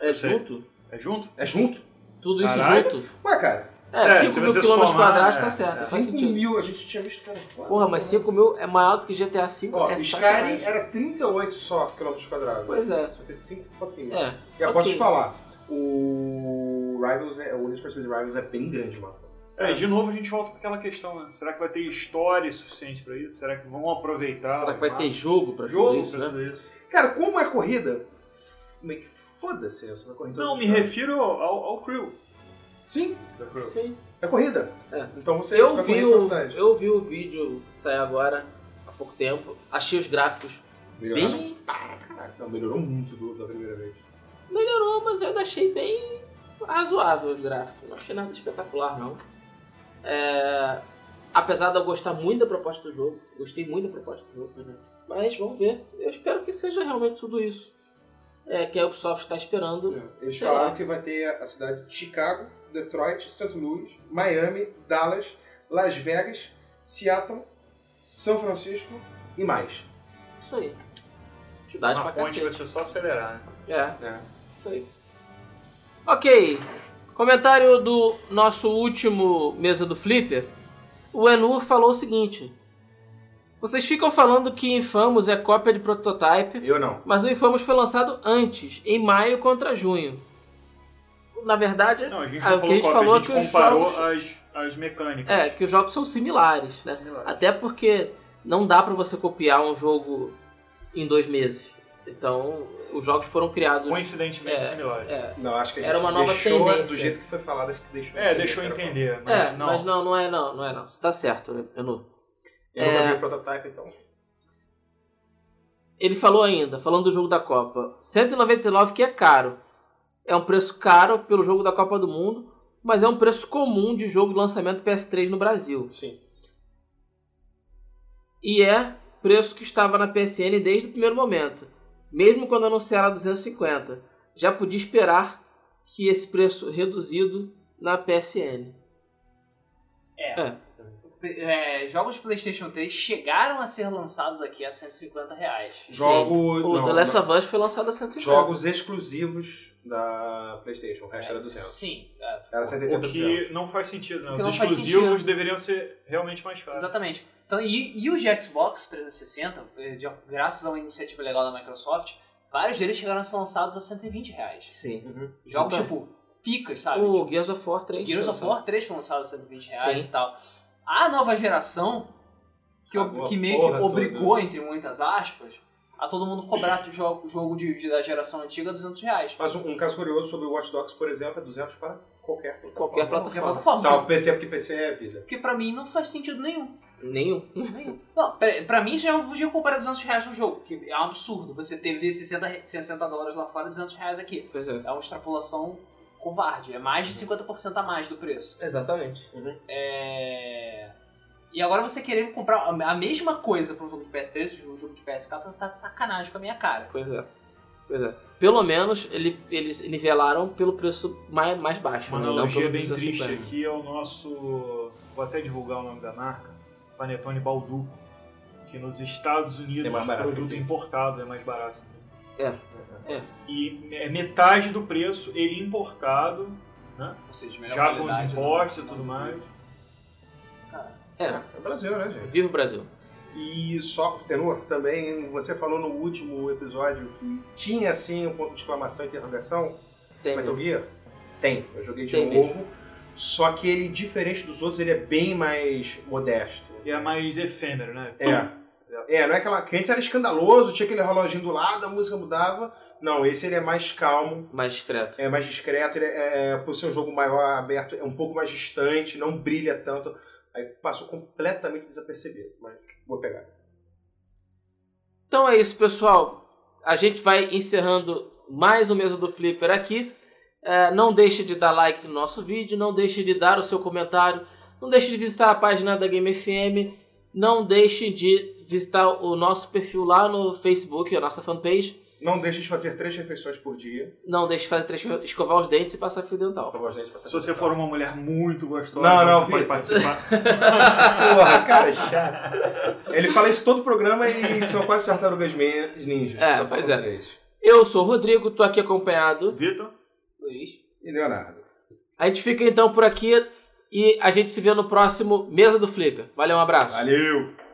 Speaker 1: É
Speaker 2: sei.
Speaker 1: junto?
Speaker 2: É junto?
Speaker 4: É junto?
Speaker 1: Tudo isso
Speaker 2: Caralho.
Speaker 1: junto?
Speaker 4: Ué, cara.
Speaker 1: É,
Speaker 2: É,
Speaker 1: 5
Speaker 2: se
Speaker 1: mil
Speaker 2: você
Speaker 1: quilômetros
Speaker 2: somar,
Speaker 1: quadrados
Speaker 2: é.
Speaker 1: tá certo. Faz
Speaker 4: 5
Speaker 1: sentido.
Speaker 4: mil, a gente tinha visto. Cara,
Speaker 1: Porra, mas 5 mil é maior do que GTA V.
Speaker 4: Ó,
Speaker 1: é sacanagem.
Speaker 4: Skyrim era 38 só quilômetros quadrados.
Speaker 1: Pois é.
Speaker 4: Só tem 5 fucking mil.
Speaker 1: É.
Speaker 4: E eu posso
Speaker 1: ok.
Speaker 4: te falar, o Rivals é. O Need for Speed Rivals é bem grande, mano.
Speaker 2: É, e de novo a gente volta para aquela questão, né? Será que vai ter história suficiente para isso? Será que vão aproveitar?
Speaker 1: Será que vai
Speaker 2: mapa?
Speaker 1: ter jogo pra tudo
Speaker 2: jogo
Speaker 1: isso,
Speaker 2: pra
Speaker 1: né?
Speaker 2: tudo isso?
Speaker 4: Cara, como é corrida, f- meio que foda-se essa
Speaker 1: Então,
Speaker 4: corrida.
Speaker 2: Não,
Speaker 4: do
Speaker 2: me
Speaker 4: cara.
Speaker 2: refiro ao, ao crew.
Speaker 4: Sim,
Speaker 2: Da crew.
Speaker 1: Sim.
Speaker 4: é corrida.
Speaker 1: É.
Speaker 4: Então você
Speaker 1: Eu
Speaker 4: vai
Speaker 1: vi,
Speaker 4: correr
Speaker 1: o,
Speaker 4: pela cidade.
Speaker 1: eu vi o vídeo sair agora há pouco tempo. Achei os gráficos
Speaker 4: Melhoraram?
Speaker 1: bem.
Speaker 4: Caraca, não, melhorou muito do- da primeira vez.
Speaker 1: Melhorou, mas eu ainda achei bem razoável os gráficos. Não achei nada espetacular, não. É, Apesar de eu gostar muito da proposta do jogo, gostei muito da proposta do jogo.
Speaker 2: Uhum.
Speaker 1: Mas vamos ver. Eu espero que seja realmente tudo isso é, que a Ubisoft está esperando.
Speaker 4: É, Eles
Speaker 1: Sei
Speaker 4: falaram
Speaker 1: lá.
Speaker 4: que vai ter a cidade de Chicago, Detroit, St. Louis, Miami, Dallas, Las Vegas, Seattle, São Francisco e mais.
Speaker 1: Isso aí. Cidade
Speaker 2: Na
Speaker 1: pra
Speaker 2: ponte vai
Speaker 1: cacete.
Speaker 2: ser só acelerar, né?
Speaker 1: É.
Speaker 4: É.
Speaker 1: Isso aí. Ok. Comentário do nosso último mesa do Flipper. O Enur falou o seguinte: Vocês ficam falando que Infamous é cópia de Prototype,
Speaker 4: Eu não.
Speaker 1: mas o Infamous foi lançado antes, em maio contra junho. Na verdade,
Speaker 2: Não, a gente
Speaker 1: Ah,
Speaker 2: não
Speaker 1: o que
Speaker 2: falou
Speaker 1: a gente
Speaker 2: cópia,
Speaker 1: falou
Speaker 2: a gente
Speaker 1: é que os
Speaker 2: comparou
Speaker 1: jogos-
Speaker 2: as, as mecânicas.
Speaker 1: é que os jogos são similares, né?
Speaker 2: Similar.
Speaker 1: Até porque não dá pra você copiar um jogo em dois meses. Então, os jogos foram
Speaker 2: Um
Speaker 1: criados.
Speaker 2: Coincidentemente
Speaker 1: É,
Speaker 2: similares.
Speaker 1: é,
Speaker 4: Não, acho que a gente
Speaker 1: Era uma nova
Speaker 4: deixou
Speaker 1: tendência.
Speaker 4: do jeito que foi falado, acho que deixou
Speaker 2: É, deixou eu
Speaker 4: cara.
Speaker 2: entender, mas
Speaker 1: é,
Speaker 2: não.
Speaker 1: mas não, não é não, não é não. Você tá certo, Enur.
Speaker 4: Eu não
Speaker 1: É.
Speaker 4: gosto de prototype, então.
Speaker 1: Ele falou ainda, falando do jogo da Copa, 199 que é caro. É um preço caro pelo jogo da Copa do Mundo, mas é um preço comum de jogo de lançamento PS3 no Brasil.
Speaker 4: Sim.
Speaker 1: E é preço que estava na PSN desde o primeiro momento, mesmo quando anunciaram a 250. Já podia esperar que esse preço reduzido na PSN.
Speaker 3: É.
Speaker 1: É.
Speaker 3: É, jogos de PlayStation 3 chegaram a ser lançados aqui a 150 reais.
Speaker 4: Jogo,
Speaker 1: O
Speaker 4: não,
Speaker 1: The Last
Speaker 4: não.
Speaker 1: of Us foi lançado a 150.
Speaker 4: Jogos exclusivos da Playstation, o resto era 200.
Speaker 3: Sim, é,
Speaker 4: Era
Speaker 2: O
Speaker 4: 180
Speaker 2: que não faz sentido, né?
Speaker 3: O que
Speaker 2: Os
Speaker 3: não faz
Speaker 2: exclusivos
Speaker 3: sentido.
Speaker 2: deveriam ser realmente mais caros.
Speaker 3: exatamente. Então, e, e os de Xbox 360, eh, de- graças a uma iniciativa legal da Microsoft, vários deles chegaram a ser lançados a 120 reais.
Speaker 1: Sim.
Speaker 3: Jogos
Speaker 1: Então.
Speaker 3: tipo picas, sabe? Tipo,
Speaker 1: O Gears of War 3.
Speaker 3: Gears
Speaker 1: foi
Speaker 3: of
Speaker 1: lançado.
Speaker 3: War 3 foi lançado a 120 reais
Speaker 1: Sim.
Speaker 3: e tal. A nova geração, que, ob-
Speaker 4: Acabou a
Speaker 3: que meio que
Speaker 4: porra
Speaker 3: obrigou,
Speaker 4: toda. né?
Speaker 3: entre muitas aspas, a todo mundo cobrar o jogo, jogo de, de- da geração antiga 200 reais.
Speaker 4: Mas um, um caso curioso sobre o Watch Dogs, por exemplo, é 200 para qualquer
Speaker 1: Qualquer
Speaker 4: plataforma.
Speaker 3: Qualquer
Speaker 1: plataforma.
Speaker 3: plataforma.
Speaker 4: Salve PC, porque PC é vida.
Speaker 3: Porque pra mim não faz sentido nenhum.
Speaker 1: Nenhum.
Speaker 3: nenhum. Não, pera- pra mim já é um dia comparar 200 reais no jogo, que é um absurdo. Você TV 60, re- 60 dólares lá fora e 200 reais aqui.
Speaker 1: Pois é.
Speaker 3: É uma extrapolação covarde. É mais de 50% a mais do preço.
Speaker 1: Exatamente.
Speaker 3: É... E agora você querer comprar a a mesma coisa para um jogo de PS3, um jogo de PS4, tá- tá de sacanagem com a minha cara.
Speaker 1: Pois é. Pois é. Pelo menos ele, eles nivelaram pelo preço mais, mais baixo.
Speaker 2: Uma
Speaker 1: né? Não
Speaker 2: analogia
Speaker 1: pelo
Speaker 2: bem
Speaker 1: 250.
Speaker 2: triste aqui é o nosso. Vou até divulgar o nome da marca: Panetone Balduco. Que nos Estados Unidos
Speaker 4: É mais
Speaker 2: o
Speaker 4: barato
Speaker 2: produto
Speaker 4: que aqui.
Speaker 2: importado é mais barato.
Speaker 1: É. É.
Speaker 2: E é metade do preço ele importado, né?
Speaker 3: Ou seja, melhor
Speaker 2: já com os
Speaker 3: qualidade,
Speaker 2: impostos e
Speaker 3: né?
Speaker 2: tudo mais.
Speaker 1: É.
Speaker 4: É Brasil, né, gente?
Speaker 1: Viva o Brasil.
Speaker 4: E só, Tenor, também, você falou no último episódio que tinha sim um ponto de exclamação e interrogação.
Speaker 1: Tem
Speaker 4: Metal
Speaker 1: mesmo.
Speaker 4: Gear? Tem, eu joguei de
Speaker 1: Tem
Speaker 4: novo. Só que ele, diferente dos outros, ele é bem mais modesto.
Speaker 2: E é mais efêmero, né?
Speaker 1: Hum.
Speaker 4: É. É, não é aquela. Que antes era escandaloso, tinha aquele reloginho do lado, a música mudava. Não, esse ele é mais calmo,
Speaker 1: mais discreto.
Speaker 4: é mais discreto, ele é, é, por ser um jogo maior, aberto, é um pouco mais distante, não brilha tanto. Aí passou completamente desapercebido, mas vou pegar.
Speaker 1: Então é isso, pessoal. A gente vai encerrando mais um Mesa do Flipper aqui. É, não deixe de dar like no nosso vídeo, não deixe de dar o seu comentário, não deixe de visitar a página da Game FM, não deixe de visitar o nosso perfil lá no Facebook, a nossa fanpage.
Speaker 4: Não deixe de fazer três refeições por dia.
Speaker 1: Não deixe de fazer três, escovar os dentes e passar fio dental.
Speaker 4: Eu gosto de gente passar
Speaker 2: Se você
Speaker 4: por
Speaker 2: for uma mulher muito gostosa,
Speaker 4: Não, não,
Speaker 2: você pode
Speaker 4: Vitor.
Speaker 2: participar.
Speaker 4: lá. Porra, cara, chato. Ele fala isso todo o programa e são quase tartarugas min- ninjas.
Speaker 1: É,
Speaker 4: Só
Speaker 1: pois
Speaker 4: faltam
Speaker 1: é.
Speaker 4: três.
Speaker 1: Eu sou o Rodrigo, tô aqui acompanhado
Speaker 2: Vitor?
Speaker 3: Luiz.
Speaker 4: E Leonardo.
Speaker 1: A gente fica então por aqui e a gente se vê no próximo Mesa do Flipper. Valeu, um abraço.
Speaker 4: Valeu!